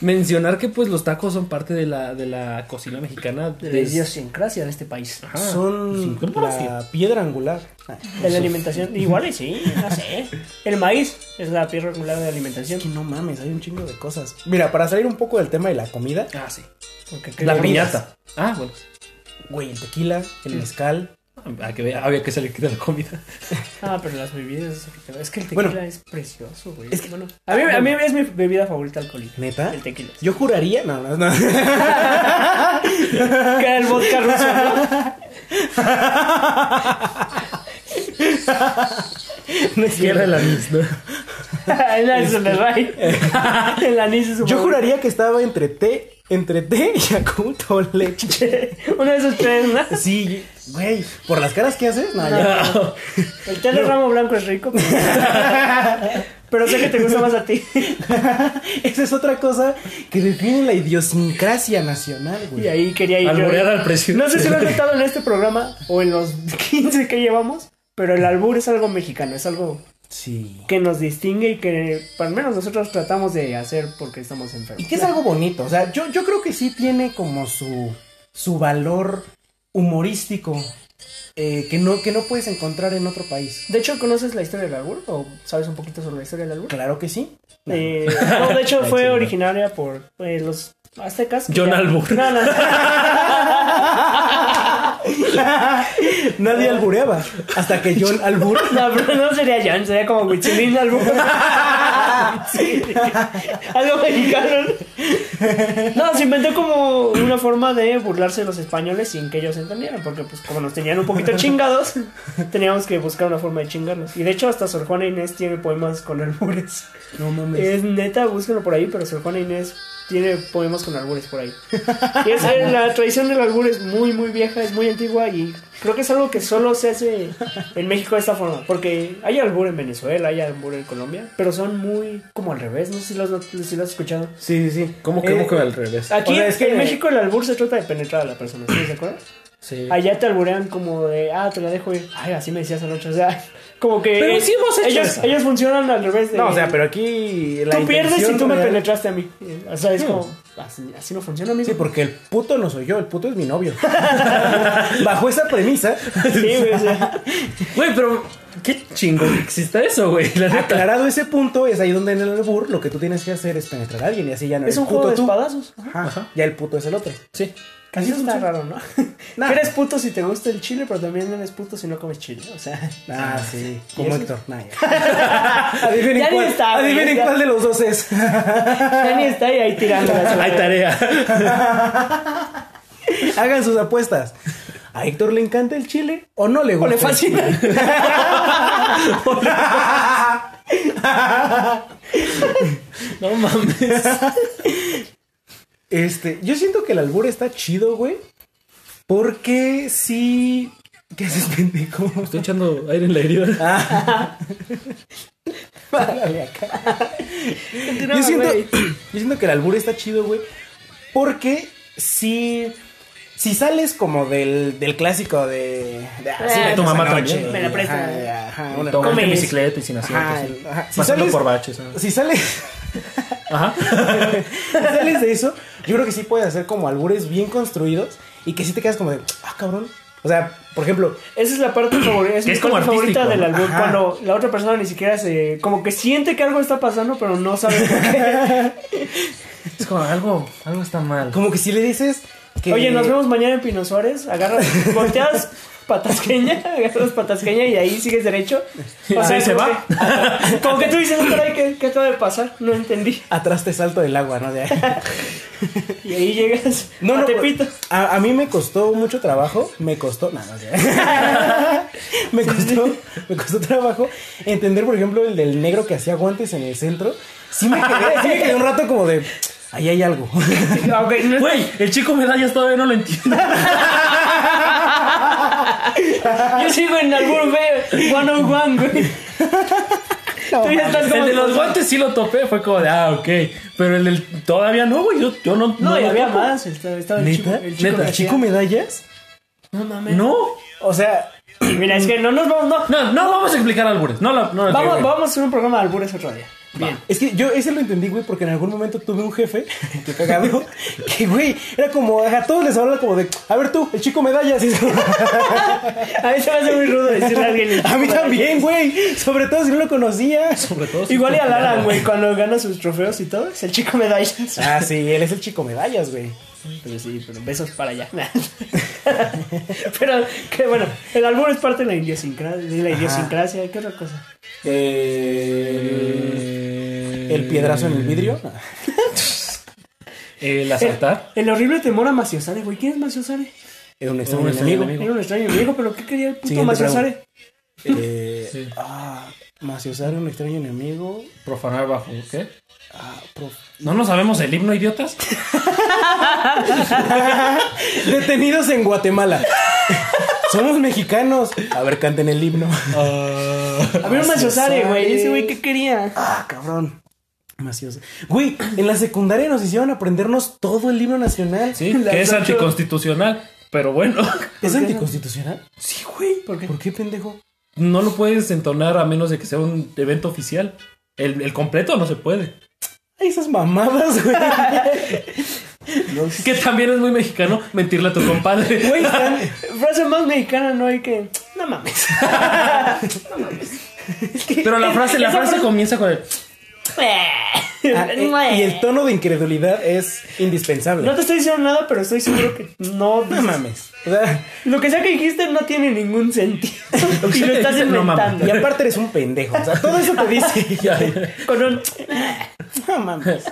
S3: mencionar que pues los tacos son parte de la, de la cocina mexicana.
S2: De
S3: des-
S2: la idiosincrasia de este país.
S3: Ajá.
S1: Son
S3: Ah, Sí, ¿cómo así?
S1: la piedra angular.
S2: De la alimentación. Igual y sí, no sé. El maíz es la piedra angular de la alimentación.
S1: Que no mames, hay un chingo de cosas. Mira, para salir un poco del tema de la comida,
S3: Ah, sí.
S2: Porque qué
S3: La
S2: gordos.
S3: piñata. Ah, bueno.
S1: güey, el tequila, el mezcal.
S3: Ah, que ve- había que salir de la comida.
S2: Ah, pero las bebidas. Es que el tequila
S1: Bueno.
S2: es precioso, güey.
S1: Es que-
S2: Bueno, a, mí, a mí es mi bebida favorita alcohólica.
S1: ¿Neta?
S2: El tequila.
S1: Yo juraría, no, no, no.
S2: Que el vodka ruso, ¿no?
S1: No es
S3: Tierra
S1: cierto.
S3: de la misma.
S2: el anís el rey. El anís es su
S1: Yo
S2: favorito.
S1: juraría que estaba entre té, entre té y acuto leche.
S2: Uno de esos tres, ¿no?
S1: Sí, güey, por las caras que haces, no, ya.
S2: El té de ramo blanco es rico. pero- Pero sé que te gusta más a ti.
S3: Ah.
S1: Esa es otra cosa que define la idiosincrasia nacional, güey.
S2: Y ahí quería ir. yo. ¿eh?
S3: Alborear al presidente.
S2: No sé si lo he notado en este programa o en los 15 que llevamos, pero el albur es algo mexicano, es algo
S1: Sí.
S2: que nos distingue y que al menos nosotros tratamos de hacer porque estamos
S1: Y
S2: enfermos.
S1: que es algo bonito. O sea, yo, yo creo que sí tiene como su, su valor humorístico eh, que, no, que no puedes encontrar en otro país.
S2: De hecho, ¿conoces la historia del albur? ¿O sabes un poquito sobre la historia del albur?
S1: Claro que sí.
S2: Eh, no, de hecho
S3: Ay,
S2: fue
S3: chingada.
S2: originaria por eh, los aztecas. que
S3: John
S2: ya-
S3: Albur.
S2: No, no.
S1: Nadie albureaba hasta que John Albur.
S2: No, pero no sería John, sería como Huitzilín Albur. Sí. Algo mexicano. No, se inventó como una forma de burlarse de los españoles sin que ellos entendieran, porque pues como nos tenían un poquito chingados, teníamos que buscar una forma de chingarnos. Y de hecho hasta Sor Juana Inés tiene poemas con albures.
S1: No mames.
S2: Es neta, búsquenlo por ahí, pero Sor Juana Inés tiene poemas con albures por ahí. Y es, eh, la tradición del albur es muy, muy vieja, es muy antigua y creo que es algo que solo se hace en México de esta forma. Porque hay albur en Venezuela, hay albur en Colombia, pero son muy como al revés, no sé si lo has, si lo has escuchado.
S1: Sí, sí, sí.
S3: ¿Cómo que, cómo
S1: Eh,
S3: que al revés?
S2: Aquí
S1: O sea, es que-
S2: en México el albur se trata de penetrar a la persona, ¿sí se acuerdan?
S3: Sí.
S2: Allá te alburean como de, ah, te la dejo ir. Ay, así me decías anoche, o sea, como que...
S3: Pero sí hemos hecho
S2: ellos,
S3: eso.
S2: ellos funcionan al revés de...
S1: No, o sea, pero aquí. la
S2: tú pierdes
S1: intención
S2: y tú me
S1: real-
S2: penetraste a mí. O sea, es
S1: Hmm.
S2: como, así, así no funciona, amigo.
S1: Sí, porque el puto no soy yo, el puto es mi novio. Bajo esa premisa,
S2: Sí, güey, o sea,
S3: Güey, pero qué chingón que exista eso, güey. La neta.
S1: aclarado ese punto, es ahí donde en el albur lo que tú tienes que hacer es penetrar a alguien y así ya no
S2: es
S1: eres
S2: un
S1: puto
S2: juego de
S1: tú.
S2: espadazos.
S1: Ajá, Ya el puto es el otro.
S3: Sí.
S2: Casi
S1: Así
S2: eso está
S1: funciona.
S2: raro, ¿no?
S1: Nah.
S2: Que Eres puto si te gusta el chile, pero también eres puto si no comes chile. O sea,
S1: Ah, sí, como
S2: eso?
S1: Héctor. Nah, ya. adivinen
S2: Ya ni
S1: cuál,
S2: está, güey,
S1: adivinen
S2: ya.
S1: cuál de los dos es.
S2: Dani está ahí, ahí tirando.
S3: Hay tarea.
S1: Hagan sus apuestas. ¿A Héctor le encanta el chile o no le
S2: O
S1: gusta?
S2: le fascina.
S3: No mames.
S1: Este, yo siento que el albur está chido, güey. Porque sí. ¿Qué haces, pendejo?
S3: Estoy echando aire en la herida.
S1: Párale acá. yo, siento, yo siento que el albur está chido, güey. Porque si. Si sales como del, del clásico de. de ah, sí
S2: Ah,
S1: me
S2: tu
S1: esa
S3: Eh, mamá
S1: noche,
S3: también.
S2: Me la presta.
S1: Ajá, ajá, una-
S3: Tomando
S2: comes.
S3: en bicicleta y sin asiento.
S1: Ajá,
S3: sí.
S1: ajá. Si
S3: Pasando
S1: sales-
S3: por baches. ¿no?
S1: Si sales.
S3: Ajá.
S1: Si sales de eso, yo creo que sí puedes hacer como albures bien construidos y que sí te quedas como de, ah, cabrón. O sea, por ejemplo,
S2: Esa es la parte favorita, es
S3: Que
S2: mi
S3: es como
S2: parte favorita
S3: artístico.
S2: del albur
S1: Ajá.
S2: cuando la otra persona ni siquiera se como que siente que algo está pasando, pero no sabe por qué.
S3: Es como algo, algo está mal.
S1: como que si le dices que.
S2: Oye, nos vemos mañana en Pino Suárez, agarras, volteas patasqueña, agarras patasqueña y ahí sigues derecho.
S3: Ah, ahí se
S2: como
S3: va.
S2: que- como que tú dices, "Ah, caray, ¿qué, qué acaba de pasar? No entendí.
S1: Atrás te salto del agua, ¿no? De
S2: Y ahí llegas
S1: No,
S2: no,
S1: no,
S2: a Tepito.
S1: A, a mí me costó mucho trabajo, me costó, nada, me costó, me costó trabajo entender, por ejemplo, el del negro que hacía guantes en el centro. Sí me quedé, sí me quedé un rato como de, ahí hay algo.
S2: Ah, ok, no-
S3: Güey, el chico medallas todavía no lo entiendo.
S2: yo sigo en albur, güey, one on one, güey. Tú ya estás como-
S3: El de los guantes sí lo topé, fue como de, ah, ok. Pero el del todavía no, güey. Yo, yo no.
S2: No, y
S3: lo
S2: había
S3: topo.
S2: más. Estaba, estaba el chico,
S1: ¿Neta?
S2: el chico
S3: ¿Neta?
S2: que
S1: ¿Chico
S2: hacía-
S1: medallas?
S2: No mames.
S3: No.
S1: O sea,
S2: Mira, es que no nos vamos, no.
S3: No, no vamos a explicar albures. No, la- no, la-
S2: Vamos,
S3: güey.
S2: vamos a hacer un programa de albures otro día. Bien.
S1: Es que yo ese lo entendí, güey, porque en algún momento tuve un jefe, que cagado, que, güey, era como, a todos les hablaba como de, a ver tú, el chico medallas. Y es como,
S2: A mí se me hace muy rudo decirle a alguien. el
S1: a
S2: chico
S1: mí
S2: medallas.
S1: también, güey, sobre todo si no lo conocía.
S3: Sobre todo si-
S2: Igual y al Alan, güey, cuando gana sus trofeos y todo, es el chico medallas.
S1: Ah, sí, él es el chico medallas, güey.
S2: Pero sí, pero besos para allá. pero que bueno, el albur es parte de la idiosincrasia. De la idiosincrasia ¿Qué otra cosa?
S1: Eh, El piedrazo en el vidrio.
S3: Eh, El asaltar.
S2: El horrible temor a Maciosare, güey. ¿Quién es Maciosare?
S1: Era un
S3: Un
S1: extraño
S3: extraño
S1: enemigo.
S3: enemigo.
S2: Era un extraño viejo, pero ¿qué quería el puto
S1: Siguiente
S2: Maciosare?
S1: Eh,
S3: Sí.
S1: Ah, maciosar un extraño enemigo.
S3: Profanar bajo. ¿Qué?
S1: Ah, prof-
S3: ¿No nos sabemos el himno, idiotas?
S1: Detenidos en Guatemala. Somos mexicanos. A ver, canten el himno.
S2: A
S3: Ah,
S2: ver, un
S1: Macio
S2: Maciosare,
S1: Sare.
S2: güey. Ese güey, ¿qué quería?
S1: Ah, cabrón. Maciosa. Güey, en la secundaria nos hicieron aprendernos todo el libro nacional.
S3: Sí,
S1: Las
S3: que es
S1: ocho-
S3: anticonstitucional, pero bueno,
S1: ¿Es anticonstitucional?
S3: sí, güey,
S1: ¿Por qué? pendejo?
S3: no lo puedes entonar a menos de que sea un evento oficial. El, el completo no se puede.
S1: Ay, esas mamadas, güey.
S3: Que también es muy mexicano mentirle a tu compadre.
S2: Güey, tan- frase más mexicana no hay que. No mames.
S3: Pero la frase, la
S2: Esa
S3: frase comienza con el.
S1: Ah, eh, y el tono de incredulidad es indispensable.
S2: No te estoy diciendo nada, pero estoy seguro que no.
S1: No mames. O sea,
S2: Lo que sea que dijiste no tiene ningún sentido. y lo estás
S3: No
S2: inventando.
S3: mames.
S1: y aparte eres un pendejo. O sea, todo eso te dice.
S3: Ya,
S2: Con un.
S1: No mames.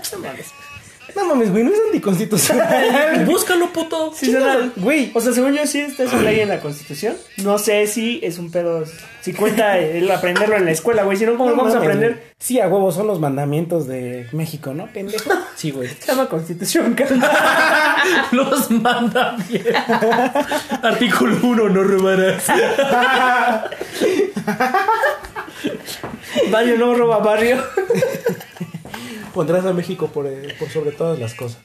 S1: No mames, güey, no es anticonstitucional.
S3: Búscalo, puto.
S2: Sí, suena-
S1: Güey,
S2: O sea, según yo sí está su ley en la constitución. No sé si es un pedo. Si cuenta el aprenderlo en la escuela, güey. Si no, ¿cómo lo vamos a aprender?
S1: Sí, a huevo, son los mandamientos de México, ¿no, pendejo?
S3: Sí, güey.
S2: Se llama constitución, carnal.
S3: Los manda bien. Artículo 1, no robarás.
S2: Barrio no roba barrio.
S1: Pondrás a México por, eh, por sobre todas las cosas.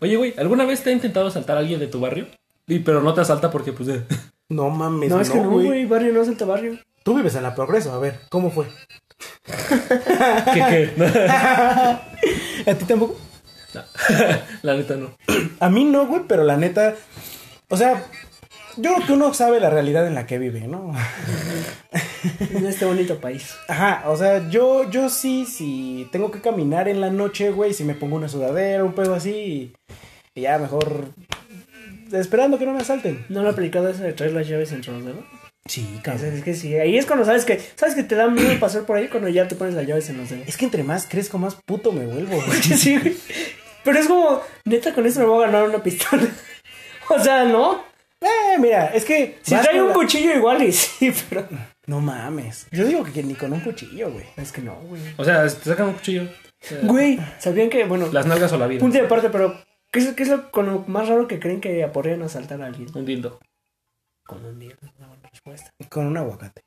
S3: Oye, güey, ¿alguna vez te ha intentado asaltar a alguien de tu barrio? Y, pero no te asalta porque, pues. eh,
S1: No mames,
S2: No, es que no, güey. Barrio no salta barrio.
S1: Tú vives en la progreso, a ver, ¿cómo fue?
S3: ¿Qué, qué?
S1: ¿A ti tampoco?
S3: No. La neta no.
S1: A mí no, güey, pero la neta. O sea, yo creo que uno sabe la realidad en la que vive, ¿no?
S2: En este bonito país.
S1: Ajá, o sea, yo, yo sí, si tengo que caminar en la noche, güey, si me pongo una sudadera, un pedo así, y ya mejor. Esperando que no me asalten.
S2: ¿No lo he aplicado eso de traer las llaves entre los dedos?
S1: Sí,
S2: O sea, es que sí. Ahí es cuando sabes que. ¿Sabes que te da miedo pasar por ahí cuando ya te pones las llaves en los dedos?
S1: Es que entre más crezco, más puto me vuelvo, güey.
S2: Sí, güey. Pero es como, neta, con eso me voy a ganar una pistola. O sea, ¿no?
S1: Eh, mira, es que.
S2: Si
S1: vas
S2: trae
S1: con
S2: un
S1: la-
S2: cuchillo igual y sí, pero...
S1: No mames. Yo digo que ni con un cuchillo, güey.
S2: Es que no, güey.
S3: O sea, te sacan un cuchillo.
S2: Güey, ¿sabían que, bueno,
S3: Las nalgas o la vida.
S2: punto de aparte, pero... ¿Qué es, qué es lo, con lo más raro que creen que podrían asaltar a alguien?
S3: Un dildo.
S2: Con un día, una buena respuesta.
S1: Con un aguacate.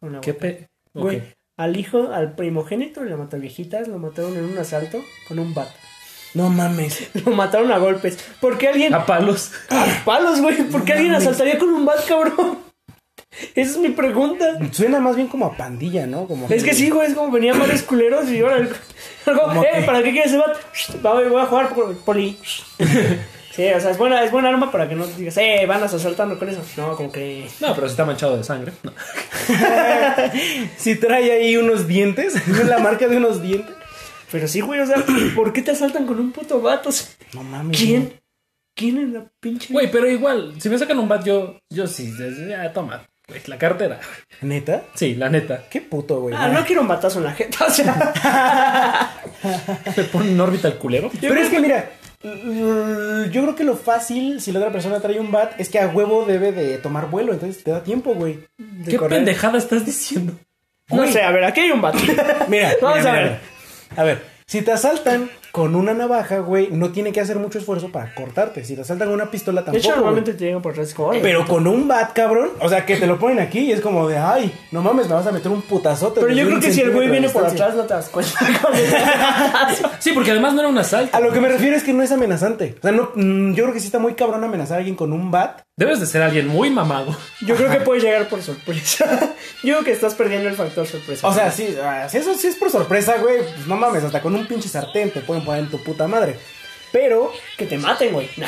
S2: Una
S3: ¿Qué
S2: buena-
S3: pe.?
S2: Güey,
S3: Ok.
S2: al hijo, al primogénito de la mataviejitas, lo mataron en un asalto con un bat.
S1: No mames.
S2: Lo mataron a golpes. ¿Por qué alguien...
S3: A palos.
S2: A palos, güey. ¿Por qué alguien asaltaría con un bat, cabrón? Esa es mi pregunta.
S1: Suena más bien como a pandilla, ¿no? Como
S2: Es que sí, güey, es como venían varios culeros y ahora. Algo, eh,
S1: que?
S2: ¿para qué quieres ese bat? Va, güey, voy a jugar por poli. Sí, o sea, es buena, es buena arma para que no digas, eh, van a asaltando con eso. No, como que.
S3: No, pero si está manchado de sangre. No.
S1: Si trae ahí unos dientes, la marca de unos dientes.
S2: Pero sí, güey, o sea, ¿por qué te asaltan con un puto vato?
S1: No mames.
S2: ¿Quién? ¿Quién en la pinche.
S3: Güey, pero igual, si me sacan un bat, yo, yo sí, ya, ya, toma, güey, la cartera.
S1: ¿Neta?
S3: Sí, la neta.
S1: Qué puto, güey.
S2: Ah, no quiero un batazo en la jeta, o sea.
S3: Me ponen en órbita el culero.
S1: Pero es que mira, mm, yo creo que lo fácil si la otra persona trae un bat es que a huevo debe de tomar vuelo, entonces te da tiempo, güey. de
S3: ¿Qué
S1: correr.
S3: pendejada estás diciendo?
S2: No
S1: Güey.
S2: sé, a ver, aquí hay un vato.
S1: Mira,
S2: Vamos
S1: mira, mira,
S2: a ver.
S1: mira. A ver, si te asaltan con una navaja, güey, no tiene que hacer mucho esfuerzo para cortarte. Si te asaltan con una pistola
S2: De
S1: tampoco.
S2: hecho,
S1: güey.
S2: normalmente te llegan por atrás como, "Órale".
S1: Pero con un bat, cabrón. O sea, que te lo ponen aquí y es como de, ay, no mames, me vas a meter un putazote.
S2: Pero
S1: desde
S2: yo creo
S1: un
S2: que si el güey
S1: centímetro de
S2: viene por
S1: distancia.
S2: atrás, no te das cuenta. cuando te da un batazo.
S3: Sí, porque además no era un asalto.
S1: A lo que me refiero es que no es amenazante. O sea, no, mm, yo creo que sí está muy cabrón amenazar a alguien con un bat.
S3: Debes de ser alguien muy mamado.
S2: Yo creo que puedes llegar por sorpresa. Yo creo que estás perdiendo el factor sorpresa.
S1: O sea, sí, ah, si eso sí es por sorpresa, güey. Pues no mames, hasta con un pinche sartén te pueden poner en tu puta madre. Pero,
S2: que te maten, güey. Nah.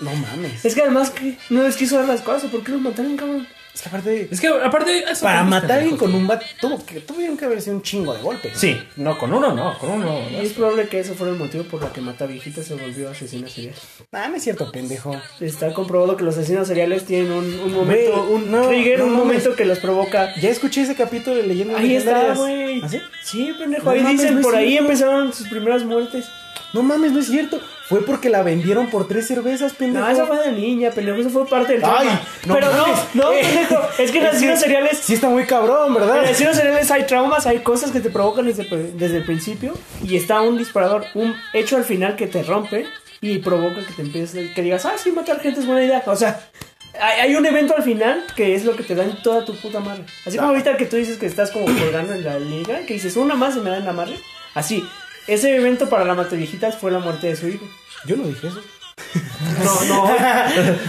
S1: no mames.
S2: Es que además que no les quiso dar las cosas. ¿o ¿Por qué los mataron, cabrón?
S1: Es que aparte,
S3: Es que aparte. eso
S1: para
S3: no es
S1: matar a alguien
S3: pendejo.
S1: con un bat, tuvo que, tuvieron que haber sido un chingo de golpes.
S3: Sí, no, con uno no, con uno no.
S2: Es probable que eso fuera el motivo por lo que mata viejita se volvió asesino serial.
S1: Ah, no es cierto, pendejo.
S2: Está comprobado que los asesinos seriales tienen un, un momento,
S1: Güey,
S2: un
S1: no,
S2: trigger,
S1: no
S2: un
S1: mames.
S2: momento que los provoca.
S1: Ya escuché ese capítulo de Leyendas
S2: Ahí está,
S1: Legendarias.
S2: güey.
S1: ¿Ah, sí?
S2: Sí, pendejo.
S1: No
S2: Ahí
S1: mames,
S2: dicen,
S1: no es
S2: por ahí
S1: cierto.
S2: empezaron sus primeras muertes.
S1: No mames, no es cierto. Fue porque la vendieron por tres cervezas, pendejo.
S2: No, eso Ah, fue de niña, pendejo. Eso fue parte del
S1: Ay,
S2: trauma.
S1: no
S2: Pero
S1: mames.
S2: no, no,
S1: Eh,
S2: pendejo. Es que los asesinos seriales
S1: Sí está muy cabrón, ¿verdad?
S2: En el asesinos seriales hay traumas, hay cosas que te provocan desde, desde el principio y está un disparador, un hecho al final que te rompe y provoca que te empieces, que digas, ah, sí, matar gente es buena idea. O sea, Hay, hay un evento al final que es lo que te dan toda tu puta madre. Así como ahorita que tú dices que estás como colgando en la liga, que dices una más y me dan la madre. Así, ese evento para la mate viejitas fue la muerte de su hijo.
S1: Yo no dije eso.
S2: No, no,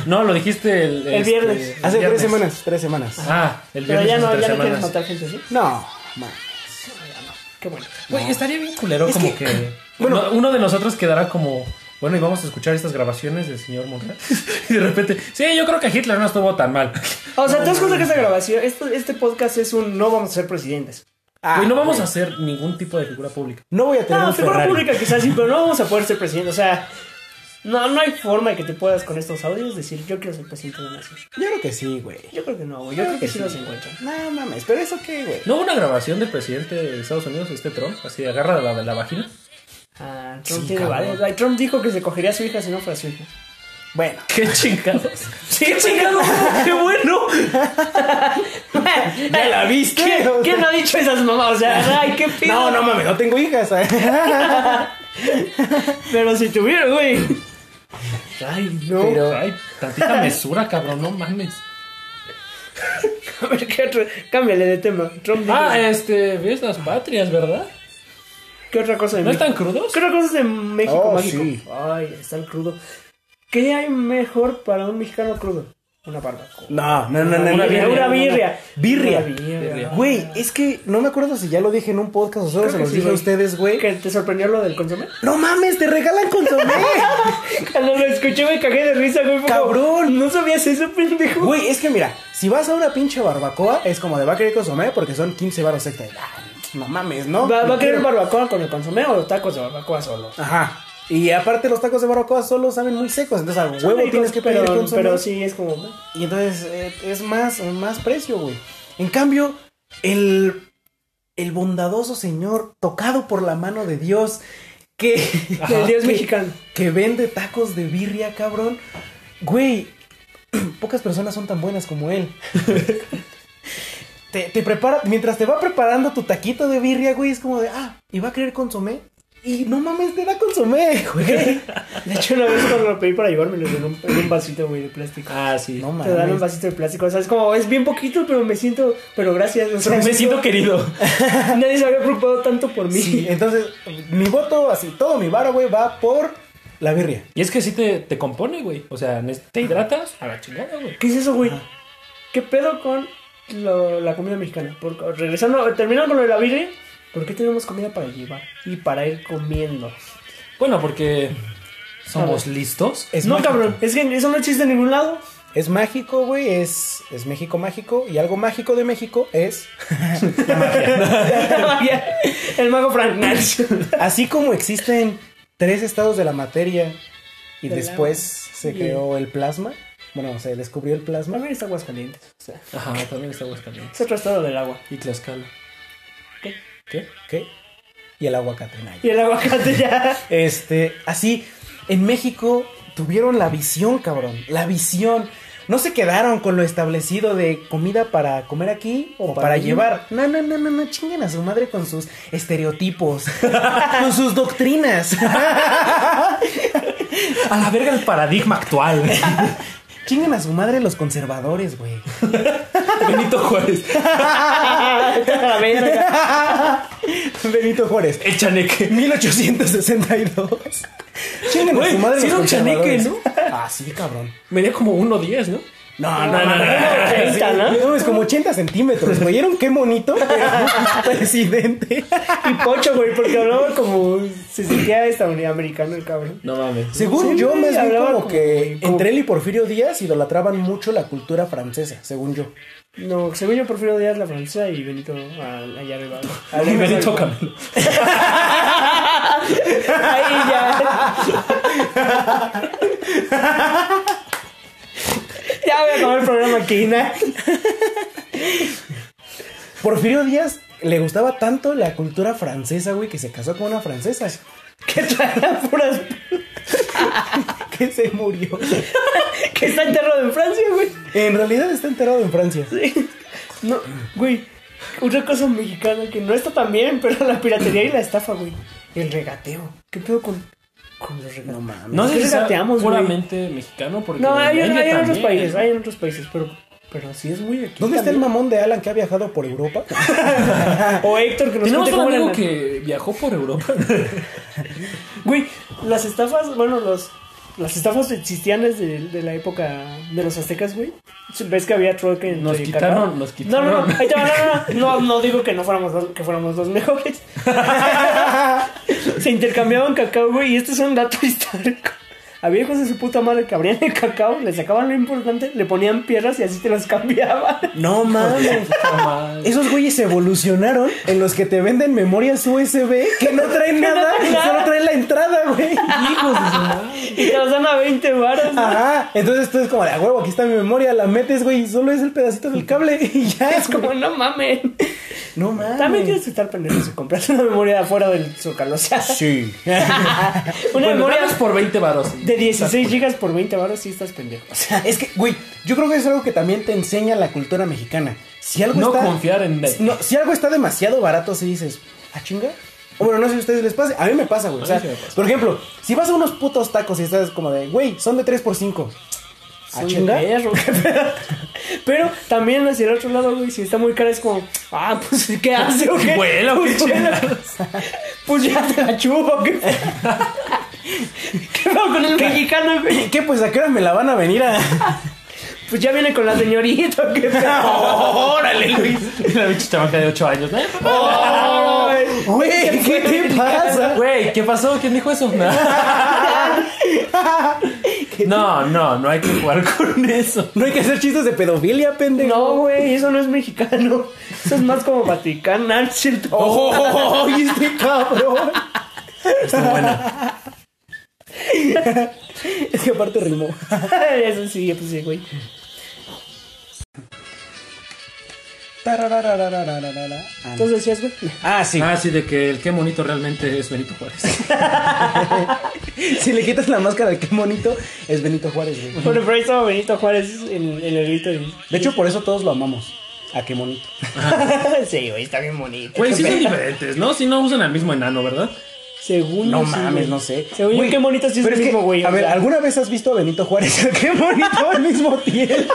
S3: No, lo dijiste el,
S2: El viernes.
S1: Hace
S3: viernes.
S1: tres semanas, tres semanas.
S3: Ah, el
S2: pero
S3: viernes.
S2: ya no,
S3: entre
S2: ya no quieres
S3: semanas.
S2: matar gente, ¿sí?
S1: No, man.
S2: Qué bueno.
S3: Güey, estaría bien culero como que.
S1: bueno.
S3: no, uno de nosotros quedará como. Bueno, y vamos a escuchar estas grabaciones del señor Monreal. y de repente, sí, yo creo que Hitler no estuvo tan mal.
S2: O sea, ¿te das cuenta que esta grabación, esto- este podcast es un no vamos a ser presidentes?
S1: Ah,
S3: Güey, no vamos
S1: güey.
S3: a hacer ningún tipo de figura pública.
S1: No voy a tener
S2: No,
S1: un
S2: figura
S1: Ferrari.
S2: pública quizás sí, pero no vamos a poder ser presidente. O sea, no, no hay forma de que te puedas con estos audios decir yo quiero ser presidente de la nación.
S1: Yo creo que sí, güey.
S2: Yo creo que no, güey. Yo creo que sí los encuentran.
S1: No mames, pero eso qué, güey.
S3: ¿No hubo una grabación del presidente de Estados Unidos, este Trump? Así, agarra la, la vagina.
S2: Ah, Trump
S3: Sí,
S2: tiene
S3: cabrón.
S2: varias. Ay, Trump dijo que se cogería a su hija si no fuera su hija.
S1: Bueno,
S3: ¡Qué chingados!
S2: ¡Sí, chingado! ¡Qué bueno!
S1: ¿Ya la viste?
S2: ¿Quién, quién ha dicho esas mamás? O sea, ay, qué pido.
S1: no, no mames, no tengo hijas. ¿eh?
S2: Pero si tuviera, güey. Ay, no.
S1: Pero-
S3: Ay, tantita mesura, cabrón, no mames.
S2: A ver, ¿qué otro? Cámbiale de tema. Trump dijo.
S3: Ah, este, ves las patrias, ¿verdad?
S2: ¿Qué otra cosa de
S3: ¿No
S2: México?
S3: están crudos?
S2: ¿Qué otra cosa es de México
S1: Oh,
S2: mágico?
S1: sí.
S2: Ay, está el crudo. ¿Qué hay mejor para un mexicano crudo? Una barbacoa.
S1: No, no, no, no. no,
S2: Una birria,
S1: no,
S2: una
S1: no, no.
S2: birria.
S1: Birria.
S2: Una birria.
S1: Güey, es que no me acuerdo si ya lo dije en un podcast o solo
S2: Creo
S1: se
S2: que
S1: los
S2: sí,
S1: dije a
S2: güey.
S1: ustedes, güey.
S2: ¿Que te sorprendió lo del consomé?
S1: No mames, te regalan consomé.
S2: Cuando lo escuché me cagué de risa, güey. fue como,
S1: Cabrón.
S2: No sabías eso, pendejo.
S1: Güey, es que mira, si vas a una pinche barbacoa, es como de va a querer consomé porque son 15 baros extra. Ah, No mames, ¿no?
S2: ¿Va, va a querer
S1: barbacoa.
S2: barbacoa con el consomé o los tacos de barbacoa solo?
S1: Ajá. Y aparte los tacos de barbacoa solo saben muy secos, entonces a
S2: Son
S1: huevo
S2: ricos,
S1: tienes que pedir
S2: pero,
S1: consomé.
S2: pero sí es como. güey,
S1: Y entonces eh, es más, más precio, güey. En cambio, el, el bondadoso señor, tocado por la mano de Dios, que,
S2: El dios
S1: que-
S2: mexicano.
S1: que vende tacos de birria, cabrón. Güey, pocas personas son tan buenas como él. te, te prepara, mientras te va preparando tu taquito de birria, güey, es como de, ah, y va a querer consomé. Y no mames, te da consomé, güey.
S2: De hecho, una vez cuando lo pedí para llevarme, lo en un, en un vasito, güey, de plástico.
S3: Ah, sí.
S1: No
S2: Te dan un
S1: mames.
S2: vasito de plástico. O sea, es como, es bien poquito, pero me siento. Pero gracias. o sea,
S3: Un besito querido.
S2: Nadie se había preocupado tanto por mí.
S1: Sí, entonces, mi voto, así, todo mi varo, güey, va por la birria.
S3: Y es que sí te, te compone, güey. O sea, nes- te hidratas a la chingada, güey.
S2: ¿Qué es eso, güey? ¿Qué pedo con lo- la comida mexicana? Por- regresando, terminando con lo de la birria, ¿por qué tenemos comida para llevar y para ir comiendo?
S3: Bueno, porque somos listos.
S1: Es
S2: no,
S1: mágico.
S2: cabrón, es que eso no existe en ningún lado.
S1: Es mágico, güey, es, es México mágico. Y algo mágico de México es,
S2: El mago Frank Nash.
S1: así como existen tres estados de la materia y
S2: De la-
S1: después se
S2: y-
S1: creó el plasma, bueno, se descubrió el plasma.
S2: También está Aguascalientes. O sea,
S3: Ajá, también está Aguascalientes.
S2: es otro estado del agua.
S3: Y Tlaxcala.
S2: ¿Qué?
S3: ¿Qué?
S1: ¿Qué? Y el aguacate Naya.
S2: Y el aguacate ya.
S1: Este, así, en México tuvieron la visión, cabrón, la visión. No se quedaron con lo establecido de comida para comer aquí o, para,
S2: para
S1: llevar. No, no, no, no, no, chinguen a su madre con sus estereotipos, con sus doctrinas.
S3: A la verga el paradigma actual.
S1: chinguen a su madre los conservadores, güey.
S3: Benito Juárez.
S2: La verga.
S1: Benito Juárez,
S3: El chaneque.
S1: 1862. Chinguen a
S3: Güey,
S1: su madre
S3: sí
S1: los
S3: era un chaneque,
S1: conservadores.
S3: ¿no?
S1: Ah, sí, cabrón.
S3: Medía como 1.10, ¿no?
S1: No,
S2: no, no, no, no, 30, ¿no?
S1: No, es como 80 centímetros, güey. ¿Vieron qué monito? Era Presidente.
S2: Y Pocho, güey, porque hablaba como. Se sentía estadounidense el cabrón.
S3: No mames.
S1: Según
S2: Sí,
S1: yo,
S2: güey,
S1: más bien
S2: hablaba
S1: como
S2: como-
S1: que
S2: como-
S1: entre él y Porfirio Díaz idolatraban mucho la cultura francesa, según yo.
S2: No, según yo prefiero Díaz la francesa y Benito ah, allá arriba. Al-
S3: Y Benito Camelo.
S2: Ahí ya. ya voy a acabar el programa aquí, ¿no?
S1: Porfirio Díaz le gustaba tanto la cultura francesa, güey, que se casó con una francesa
S2: Que traía puras.
S1: que se murió.
S2: Que está enterrado en Francia, güey.
S1: En realidad está enterado en Francia.
S2: No, güey. Otra cosa mexicana que no está tan bien, pero la piratería y la estafa, güey. El regateo. ¿Qué pedo con.?
S1: No mames.
S3: No
S2: Es
S3: sé
S2: que
S3: si sea
S2: regateamos, güey.
S3: puramente mexicano, porque.
S2: No, hay,
S3: en
S2: hay
S3: India
S2: en otros
S3: también.
S2: países, hay en otros países, pero, pero sí es muy aquí.
S1: ¿Dónde está el mamón de Alan que ha viajado por Europa?
S2: O Héctor, que nos
S3: Tenemos
S2: cuente
S3: un
S2: cómo eran
S3: amigo
S2: las-
S3: que viajó por Europa.
S2: Güey, las estafas, bueno, los, las estafas existían desde de la época de los aztecas, güey. Ves que había trueque en
S3: Nos quitaron, nos
S2: No,
S3: quitaron.
S2: no, no, ahí te va, no, no, no, no, no digo que no fuéramos los, que fuéramos los mejores. Se intercambiaban cacao, güey, y este es un dato histórico. Había hijos de su puta madre que abrían el cacao, le sacaban lo importante, le ponían piedras y así te los cambiaban.
S1: No mames. Esos güeyes evolucionaron en los que te venden memorias USB que no traen nada,
S2: traen nada.
S1: solo traen la entrada, güey.
S2: Y te los dan a 20 varas, güey.
S1: Ajá. Entonces tú es como, de, a huevo, aquí está mi memoria, la metes, güey, y solo es el pedacito del cable y ya
S2: Es como, no mames.
S1: No mames.
S2: También tienes que estar pendiente si compras una memoria de afuera del zócalo. O sea,
S1: Sí.
S2: una
S3: Bueno,
S2: memoria
S3: danos por 20 varos.
S2: de 16 gigas por 20 baros, sí estás pendejo. O sea,
S1: Es que, güey, yo creo que es algo que también te enseña la cultura mexicana. Si algo
S3: No
S1: está,
S3: confiar en Net.
S1: No, si algo está demasiado barato, si dices, ¿a chinga? O bueno, no sé si a ustedes les pase. A mí me pasa, güey. O
S3: A mí
S1: sea,
S3: sí me pasa.
S1: por ejemplo, si vas a unos putos tacos y estás como de, güey, son de 3 por 5 ¿A
S2: soy
S1: chinga?
S2: perro, qué pedo. Ah, Pero también hacia el otro lado, güey, si está muy cara es como, ah, pues, ¿qué hace o qué?
S3: Vuela, o qué
S2: pues, vuela. Pues ya te la chupo, ¿qué? ¿Qué pedo con el mexicano, güey?
S1: ¿Qué? Pues a qué hora me la van a venir a.
S2: Pues ya viene con la señorita, ¿qué pedo?
S3: ¡Órale, Luis! La pinche chamaca de 8 años. ¿no?
S2: Ay,
S1: Güey, ¿qué te pasa?
S3: Güey, ¿qué pasó? ¿Quién dijo eso? No. No, no, no hay que jugar con eso.
S1: No hay que hacer chistes de pedofilia, pendejo.
S2: No, güey, eso no es mexicano. Eso es más como Vaticano, ¿no es cierto?
S1: ¡Oh, este cabrón!
S3: Está buena.
S1: Es que aparte rimó.
S2: Eso sí, pues sí, güey.
S1: Tarararararararara. Ah, no.
S2: Entonces decías, güey.
S1: Ah, sí.
S3: Ah, sí, de que el qué bonito realmente es Benito Juárez.
S1: Si le quitas la máscara al qué bonito, es Benito Juárez, güey.
S2: Bueno, pero ahí estaba Benito Juárez en, en el grito. de-
S1: De hecho, por eso todos lo amamos. A qué bonito.
S2: sí, güey, está bien bonito.
S3: Güey, sí son diferentes, ¿no? Si no usan al mismo enano, ¿verdad?
S2: Según
S1: No
S2: yo, sí,
S1: mames,
S2: güey.
S1: no sé.
S2: Según yo,
S1: Güey,
S2: qué bonito sí es
S1: pero
S2: el
S1: que,
S2: mismo, güey.
S1: A
S2: o
S1: ver,
S2: sea,
S1: ¿alguna vez has visto a Benito Juárez a qué bonito al mismo tiempo?